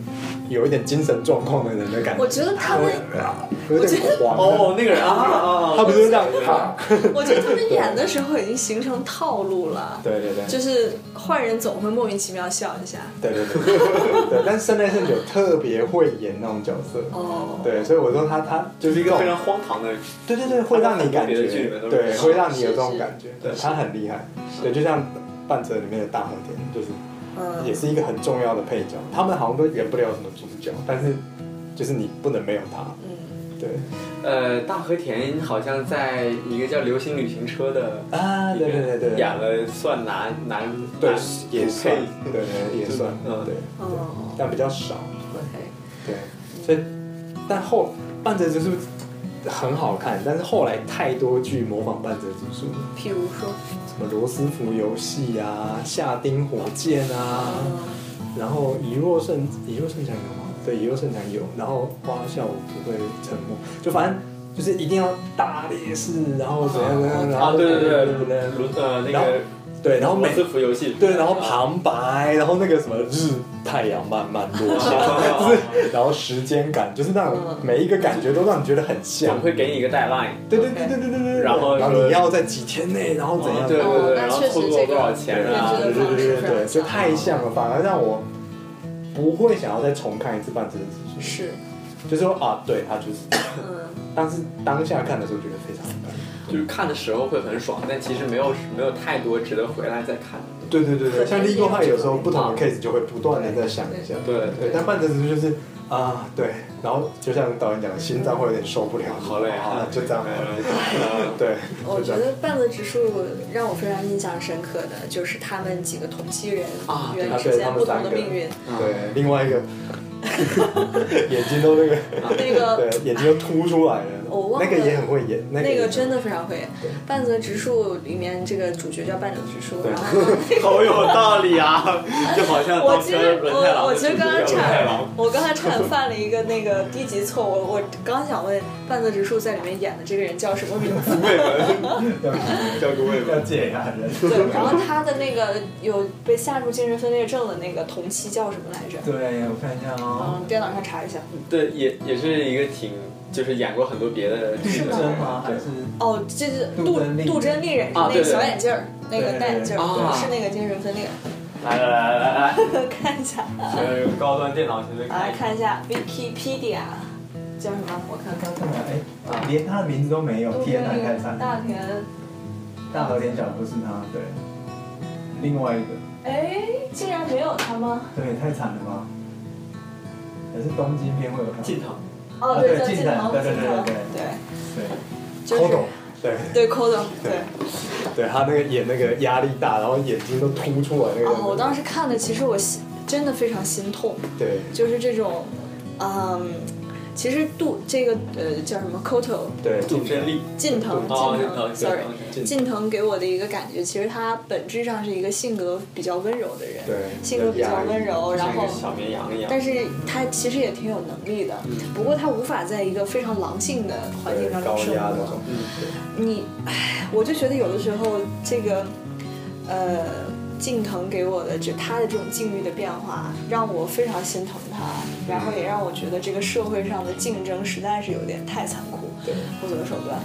有一点精神状况的人的感觉。啊我觉得他们， <laughs> 有点狂。哦，那个人啊啊，啊哦他不是这样啊？ <laughs> 我觉得他们演的时候已经形成套路了，对对对，就是坏人总会莫名其妙笑一下。对对对，对。但是深濑胜久特别会演那种角色，哦，对，所以我说他他就是一个这非种常荒唐的人，对对对，会让你感他在很多别觉的剧里面都是对，是会让你有这是种是感觉，对对他很厉害，对，就像半泽里面的大和田，就是也嗯，是一个很重要的配角，他们好像都演不了什么主角，但是就是你不能没有他，嗯，对呃，大和田好像在一个叫《流星旅行车》的啊，对对对对，啊对演了算男男对男也配算，对对也算，嗯对，哦，但比较少，所以但后半泽直树很好看，但是后来太多剧模仿半泽直树了，譬如说，什么罗斯福游戏啊、下町火箭啊，然后遗若圣遗若圣城有吗？对，遗若圣城有，然后花笑不会沉默，就反正。就是一定要大烈士，然后怎样怎样，然啊，后对对对，怎么样卢呃那然后个对，然后罗每斯福游戏，对，然后旁白，然后那个什么日太阳慢慢落下，就是然后时间感，就是那种每一个感觉都让你觉得很像总。会给你一个 deadline，对对对对对对对，然后然后说你要在几天内，然后怎样？对对哦对，那然后确实错过这个多少钱啊？对对这个方式对对是对很对，就像太像了，反而让我不会想要再重看一次《半泽直树是，》，就说啊，对他就是，嗯，但是当下看的时候觉得非常好看。就是看的时候会很爽，但其实没有没有太多值得回来再看的。对对对对，像《立功派》有时候不同的 case 就会不断的在想一下。对对，但半泽直树就是啊，对，然后就像导演讲的，心脏会有点受不了，好累啊好了，就这样吧。呃 <laughs> 对，我就觉这样。得半泽直树让我非常印象深刻的就是他们几个同期人啊员啊之对间他不们同三的个，命 <laughs> 运。对，另外一个 <laughs> 眼睛都那个，那个对，眼睛都凸出来了哦我，忘了那个也很会演，那那个个也真的非常会，半泽直树里面这个主角叫半泽直树，然后呢好有道理啊！就好像我当其时实轮太我郎我的其主角实刚刚轮差太点郎，， <laughs> 我刚刚差点犯了一个那个低级错误，我我刚想问半泽直树在里面演的这个人叫什么名 <laughs> 字？叫各位吧要。借一下人，对，然后他的那个有被吓入精神分裂症的那个同期叫什么来着？对，我看一下哦，嗯，电脑上查一下。对，也也是一个挺就是演过很多别的剧的人对哦，这是杜杜真丽杜真丽人是啊那对个对小眼镜儿，那对个对戴眼镜对儿，啊是那个精神分裂。 <laughs> 来来来来来，看一下，呃，用高端电脑学的来看一下。看一下 Wikipedia 叫什么？我看看。哎，连他的名字都没有杜真丽人，大田。大和田小不是他，对，另外一个，哎，竟然没有他吗？对，太惨了吧？可是东京片会有他，进场，哦，啊对，对叫近近藤藤，对对近对藤，对对，对，就懂是，对，对 Kodo，对。对他那个演那个压力大，然后眼睛都凸出来那个，哦，我当时看的，其实我心真的非常心痛，对，就是这种，嗯，其实杜这个呃叫什么 Koto 对，杜真丽，近藤哦近近藤藤，sorry，近藤近藤给我的一个感觉，其实他本质上是一个性格比较温柔的人，对性格比较温柔，然像一后个小绵羊一样。但是他其实也挺有能力的，不过他无法在一个非常狼性的环境对当高中生压那活种。，你，唉，我就觉得有的时候这个，呃，静藤给我的这他的这种境遇的变化，让我非常心疼他，然后也让我觉得这个社会上的竞争实在是有点太残酷，不择手段。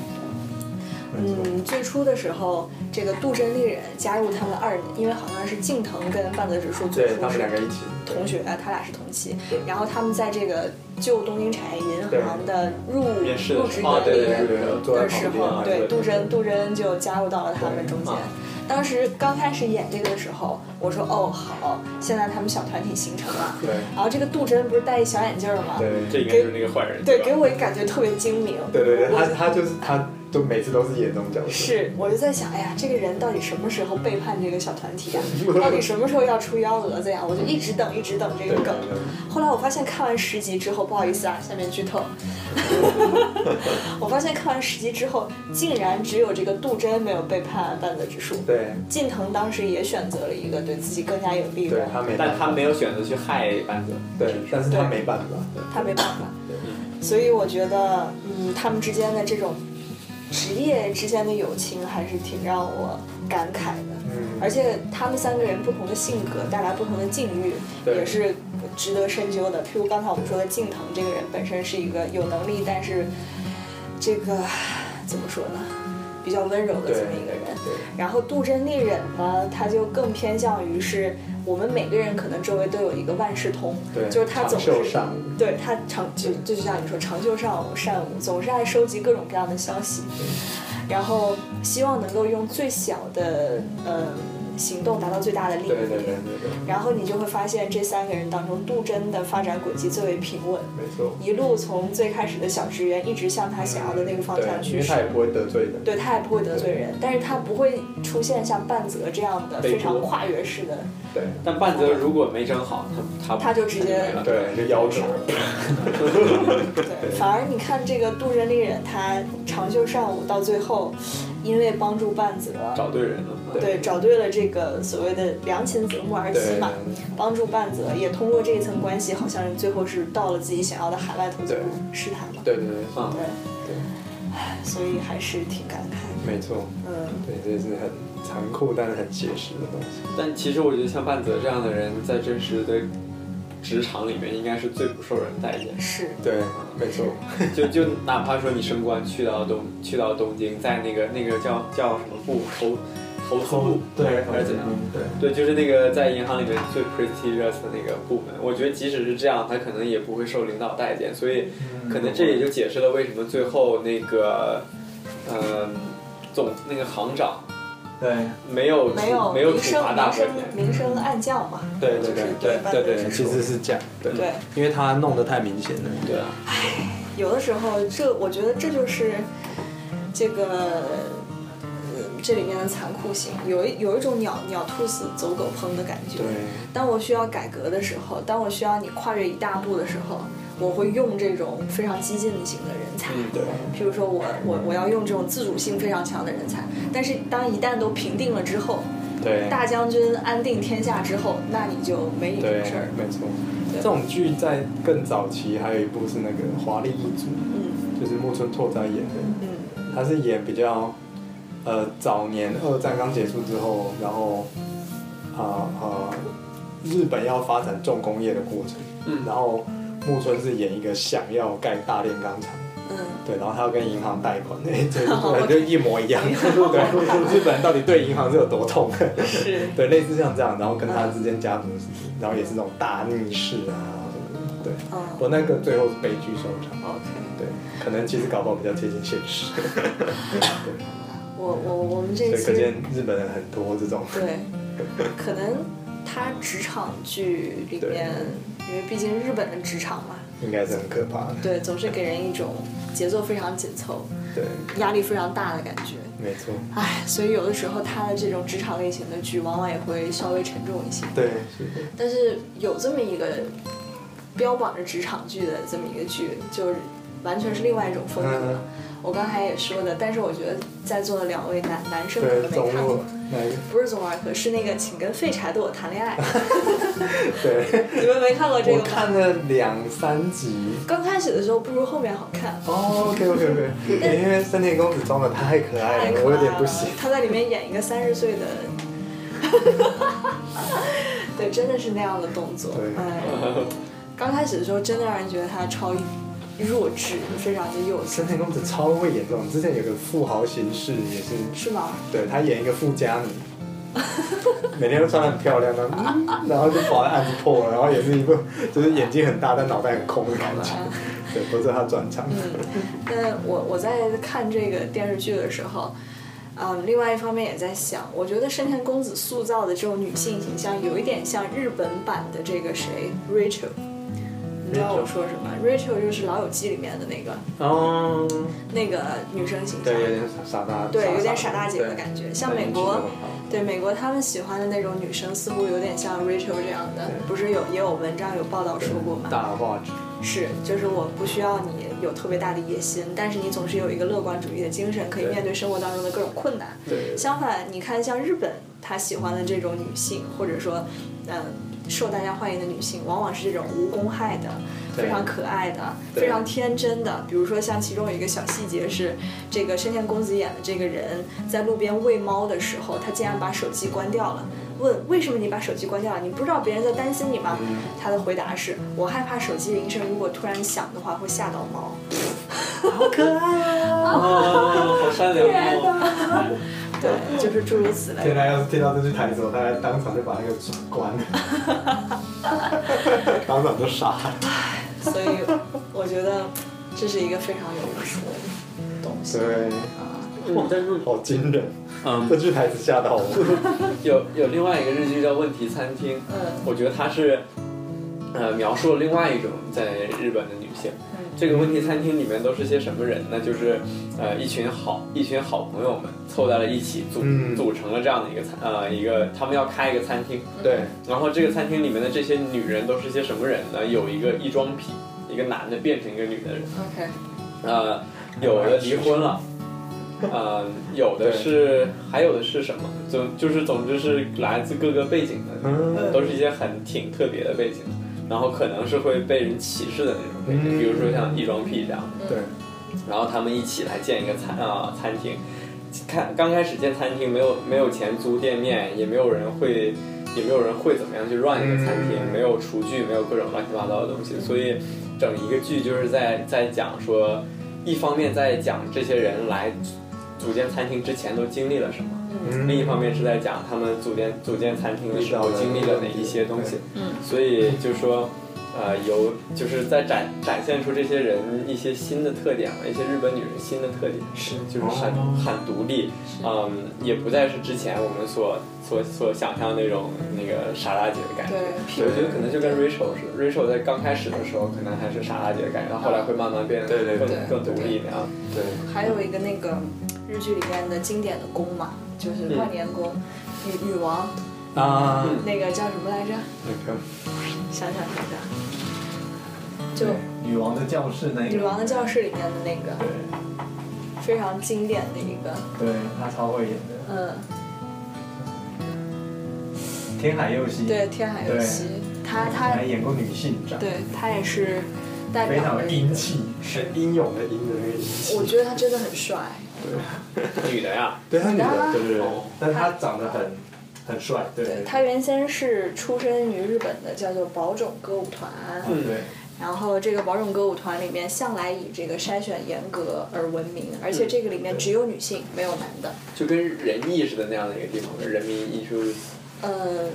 嗯，最初的时候，这个杜真丽人加入他们二，因为好像是静藤跟半泽直树最初对他们是两个一起，同学，他俩是同期对，然后他们在这个旧东京产业银行的入面试入的职时典候，哦，对对礼对对对，坐在的旁时边候，对杜真杜真就加入到了他们中间啊。嗯当时刚开始演这个的时候，我说哦好，现在他们小团体形成了。对然后这个杜真不是戴一小眼镜儿吗？对这应该就是那个坏人。对，吧给我一感觉特别精明。对对对，他他就是他，就每次都是演这种角色，是，我就在想，哎呀，这个人到底什么时候背叛这个小团体 <laughs> 啊？到底什么时候要出幺蛾子呀？我就一直等，一直等这个对梗对。对后来我发现看完十集之后，不好意思啊，下面剧透。 <laughs> 我发现看完十集之后，竟然只有这个杜真没有背叛半泽直树。对近藤当时也选择了一个对自己更加有利对的，，他没办但法，他没有选择去害班子。对，但是他没办法，他没办法。所以我觉得，嗯，他们之间的这种职业之间的友情，还是挺让我感慨的。嗯，而且他们三个人不同的性格带来不同的境遇，对也是值得深究的。譬如刚才我们说的静藤这个人本身是一个有能力，但是这个怎么说呢，比较温柔的对这么一个人。对然后杜真丽忍呢，他就更偏向于是我们每个人可能周围都有一个万事通，对，就是他总长是袖善舞，对他长就就像你说长袖善舞善舞，总是爱收集各种各样的消息，然后希望能够用最小的呃行动达到最大的利益。对对对对对，然后你就会发现这三个人当中，杜真的发展轨迹最为平稳，没错，一路从最开始的小职员，一直向他想要的那个方向对，因去为使他也不会得罪人。对他也不会得罪人，但是他不会出现像半泽这样的被非迫常跨越式的，对但半泽如果没整好，他他他就直接没了对，就夭折了。对，反而你看这个渡真丽人，他长袖善舞到最后，因为帮助半泽，找对人了。对，找对了这个所谓的良禽择木而栖嘛，帮助半泽，也通过这一层关系，好像最后是到了自己想要的海外投资对试探嘛，对对对，嗯，对，所以还是挺感慨，没错。嗯，对，这是很残酷但是很写实的东西。但其实我觉得像半泽这样的人，在真实的职场里面，应该是最不受人待见。是，对，没错。就就哪怕说你升官去到东去到东京，在那个那个叫叫什么部投投资部，还是怎样？对，对，就是那个在银行里面最 prestigious 的那个部门。我觉得即使是这样，他可能也不会受领导待见，所以可能这也就解释了为什么最后那个，嗯、总那个行长对，没有没有没有明处升罚大明和升田。明升暗降嘛，对就对是对对对对对，半泽其实是这样。对，对。因为他弄得太明显了。对啊，有的时候，这我觉得这就是这个、呃、这里面的残酷性，有一有一种鸟鸟兔死走狗烹的感觉。对，当我需要改革的时候，当我需要你跨越一大步的时候，我会用这种非常激进型的人嗯才。对，譬如说我我我要用这种自主性非常强的人才，但是当一旦都平定了之后，对，大将军安定天下之后，那你就没你对的事儿，。没错。对这种剧在更早期还有一部是那个《华丽一族嗯》，就是木村拓哉演的，嗯，他是演比较呃早年二战刚结束之后，然后啊啊、日本要发展重工业的过程，嗯然后木村是演一个想要盖大炼钢厂。嗯，对，然后他要跟银行贷款，哎，这对就一模一样。对，日本人到底对银行是有多痛？是。对，类似像这样，然后跟他之间家族的事情，然后也是这种大逆势啊什么的。对，嗯我那个最后是悲剧收场。 OK。对，可能其实搞不好比较接近现实。对，我我我们这一所以可期见日本人很多这种。对， <laughs> 可能他职场剧里对面，因为毕竟日本的职场嘛，应该是很可怕的。对，总是给人一种节奏非常紧凑、对，压力非常大的感觉。没错。唉，所以有的时候他的这种职场类型的剧，往往也会稍微沉重一些。对，是的。但是有这么一个标榜着职场剧的这么一个剧，就是完全是另外一种风格了。嗯我刚才也说的，但是我觉得在座的两位男男生可对，能没总看路过。那一个？不是《总儿科》，是那个《请跟废柴的我谈恋爱》，对，你们没看过 <laughs> 这个吗？我看了两三集。刚开始的时候不如后面好看，哦，OK OK OK，因为森田公子装的太可爱太了，可哎我有爱点了。不行。他在里面演一个三十岁的， <laughs> 对，真的是那样的动作。对哎，刚开始的时候真的让人觉得他超弱智，非常的幼稚，森田公子超会演这种，之前有个富豪形式也是，是吗？对他演一个 <laughs> 富家女，每天都穿得很漂亮的， <laughs> 嗯然后就跑在案子破了，然后也是一部就是眼睛很大但脑袋很空的感觉。对，不是他转场。嗯但我我在看这个电视剧的时候，嗯，另外一方面也在想，我觉得深田恭子塑造的这种女性形象，有一点像日本版的这个谁 Rachel。你知道我说什么？Rachel 就是《老友记》里面的那个哦，那个女生形象对，，有点傻大，对，有点傻大姐的感觉，像美国对。对美国，他们喜欢的那种女生似乎有点像 Rachel 这样的，不是有也有文章有报道说过吗？大画质，是，就是我不需要你有特别大的野心，但是你总是有一个乐观主义的精神，可以面对生活当中的各种困难。 <laughs> 对相反，你看像日本，他喜欢的这种女性，或者说，嗯、受大家欢迎的女性，往往是这种无公害的，对非常可爱的，对非常天真的。比如说，像其中有一个小细节是，这个深田恭子演的这个人在路边喂猫的时候，他竟然把手机关掉了。问为什么你把手机关掉了？你不知道别人在担心你吗？嗯他的回答是：我害怕手机铃声如果突然响的话会吓到猫。好可爱啊！哦，好善良哦。对，就是诸如此类天。他要是听到这句台词，我大概当场就把那个转关了，当场就傻了。所以我觉得这是一个非常有意思的东西。对，哇，但是好惊人，嗯这句台词吓到我。有有另外一个日剧叫《问题餐厅》，嗯我觉得它是呃描述了另外一种在日本的女性。嗯这个问题餐厅里面都是些什么人呢？就是呃一群好一群好朋友们凑在了一起组、嗯组成了这样的一个餐呃一个他们要开一个餐厅，对，然后这个餐厅里面的这些女人都是些什么人呢？有一个异装癖，一个男的变成一个女的人， ，OK，呃，有的离婚了，呃，有的是还有的是什么？总就是总之是来自各个背景的，嗯都是一些很挺特别的背景，然后可能是会被人歧视的那种背景，嗯比如说像异装癖这样的。对，然后他们一起来建一个餐啊、餐厅，看刚开始建餐厅没有没有钱租店面，也没有人会，也没有人会怎么样去 run 一个餐厅，嗯没有厨具，没有各种乱七八糟的东西，所以整一个剧就是在在讲说，一方面在讲这些人来组建餐厅之前都经历了什么。嗯另一方面是在讲他们组建组建餐厅的时候经历了哪一些东西，嗯所以就说，呃，有就是在展展现出这些人一些新的特点嘛，啊一些日本女人新的特点是，就是很、哦很独立，嗯，也不再是之前我们所所所想象那种那个傻大姐的感觉。对，我觉得可能就跟 Rachel 似的，Rachel 在刚开始的时候可能还是傻大姐的感觉，她后来会慢慢变得更对对对更独立啊那样。对，还有一个那个日剧里面的经典的宫嘛，就是万年宫，女女王啊，那个叫什么来着？那个想想想想，就《女王的教室那一个，女王的教室》里面的那个对非常经典的一个，对，她超会演的。嗯，天海佑希，对，《天海佑希》，她她还演过女性长，对她也是代非表常了一英个，气，是英勇的英的那个英，我觉得他真的很帅， <laughs> 女的呀，对他女啊的，对对对，但她长得很很帅，对对他原先是出身于日本的叫做宝冢歌舞团，对，然后这个宝冢歌舞团里面向来以这个筛选严格而闻名，而且这个里面只有女性，没有男的。就跟仁义似的那样的一个地方，人民艺术呃，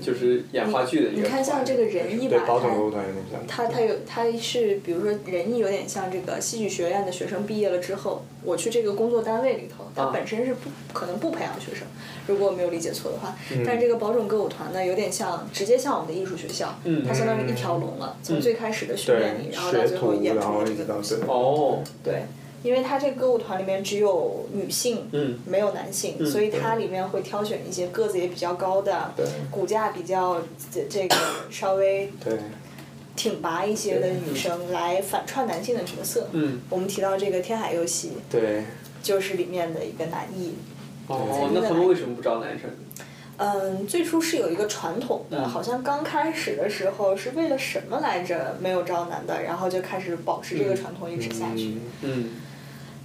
就是演话剧的一你个。看像这个仁义吧对，包总跟我团有点像，他他他有他是比如说仁义有点像这个戏剧学院的学生毕业了之后，我去这个工作单位里头，他啊本身是不可能不培养学生，如果我没有理解错的话。嗯但是这个宝冢歌舞团呢，有点像直接像我们的艺术学校，嗯它相当于一条龙了，从最开始的训练你，嗯对，然后到学最后徒，演然出后的一这直个到东西这。。哦，对，因为它这个歌舞团里面只有女性，嗯没有男性，嗯所以它里面会挑选一些个子也比较高的，对骨架比较这这个稍微对，挺拔一些的女生来反串男性的角色。嗯，我们提到这个天海佑希对，就是里面的一个男一，哦，那他们为什么不招男生？嗯，最初是有一个传统的，嗯好像刚开始的时候是为了什么来着？没有招男的，然后就开始保持这个传统一直下去。嗯，嗯，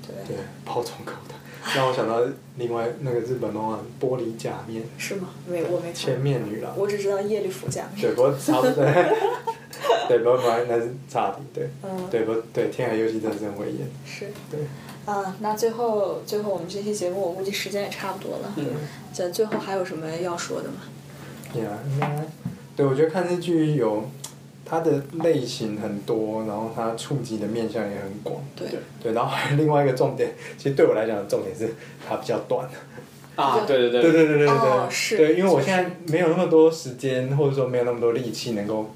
对对，，包总跟我团，让我想到另外那个日本漫画《玻璃假面》是吗？没，我没看千，面女郎，我只知道叶绿服这样。对，不过差不 <laughs> 多，对，不过反正那是差的，对，嗯对不对，天海佑希真的是很会演，是对，啊，那最后最后我们这期节目，我估计时间也差不多了。嗯，这最后还有什么要说的吗？呀，对，我觉得看日剧有它的类型很多，然后它触及的面向也很广，对，对，然后还有另外一个重点，其实对我来讲的重点是它比较短。啊，对对对对对对对对，哦是对，因为我是现在没有那么多时间，或者说没有那么多力气能够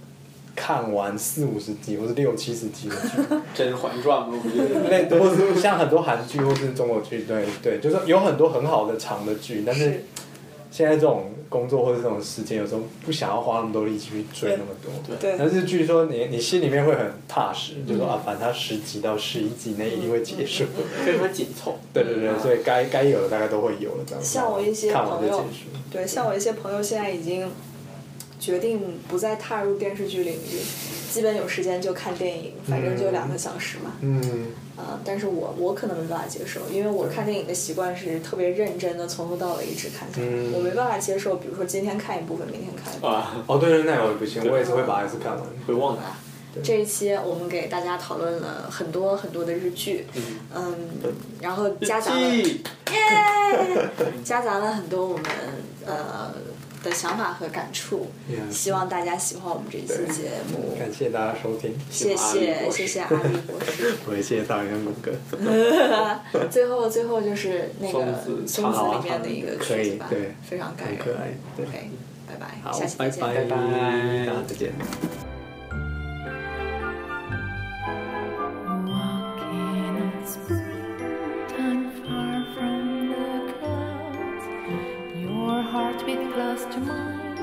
看完四五十集或者六七十集的剧， <laughs> 《甄嬛传》嘛，不就是 <laughs> 那或是像很多韩剧或是中国剧，对对，就是有很多很好的长的剧，但是是现在这种工作或者这种时间，有时候不想要花那么多力气去追那么多。对但是据说你你心里面会很踏实，就说啊，反正它十集到十一集内一定会结束。非常紧凑。 <laughs> 对对对，所以该该有的大概都会有了，这样子像我一些看完就朋结友束。对，像我一些朋友现在已经决定不再踏入电视剧领域，基本有时间就看电影，反正就两个小时嘛。嗯。啊、但是我我可能没办法接受，因为我看电影的习惯是特别认真的，从头到尾一直看下来。嗯我没办法接受，比如说今天看一部分，明天看一部分。啊，哦，对对，那我也不行，我也是会把 S 看完。会忘的。啊这一期我们给大家讨论了很多很多的日剧，嗯，然后夹杂了记 <laughs> 耶，夹杂了很多我们呃的想法和感触。 Yeah 希望大家喜欢我们这一期对节目，感谢大家收听，谢谢谢谢阿力博士。 <laughs> 我也谢谢大元谷歌， <laughs> 最后最后就是那个松子松子唱里面的一个可曲子以吧，对非常感很人。可爱，对， OK，拜拜，好下期，再拜见。拜拜拜大家再见。 Walking in springtime, far from the clouds, your heart beat close to mine,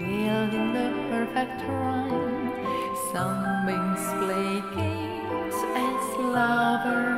building the perfect rhyme. Sunbeams play games as lovers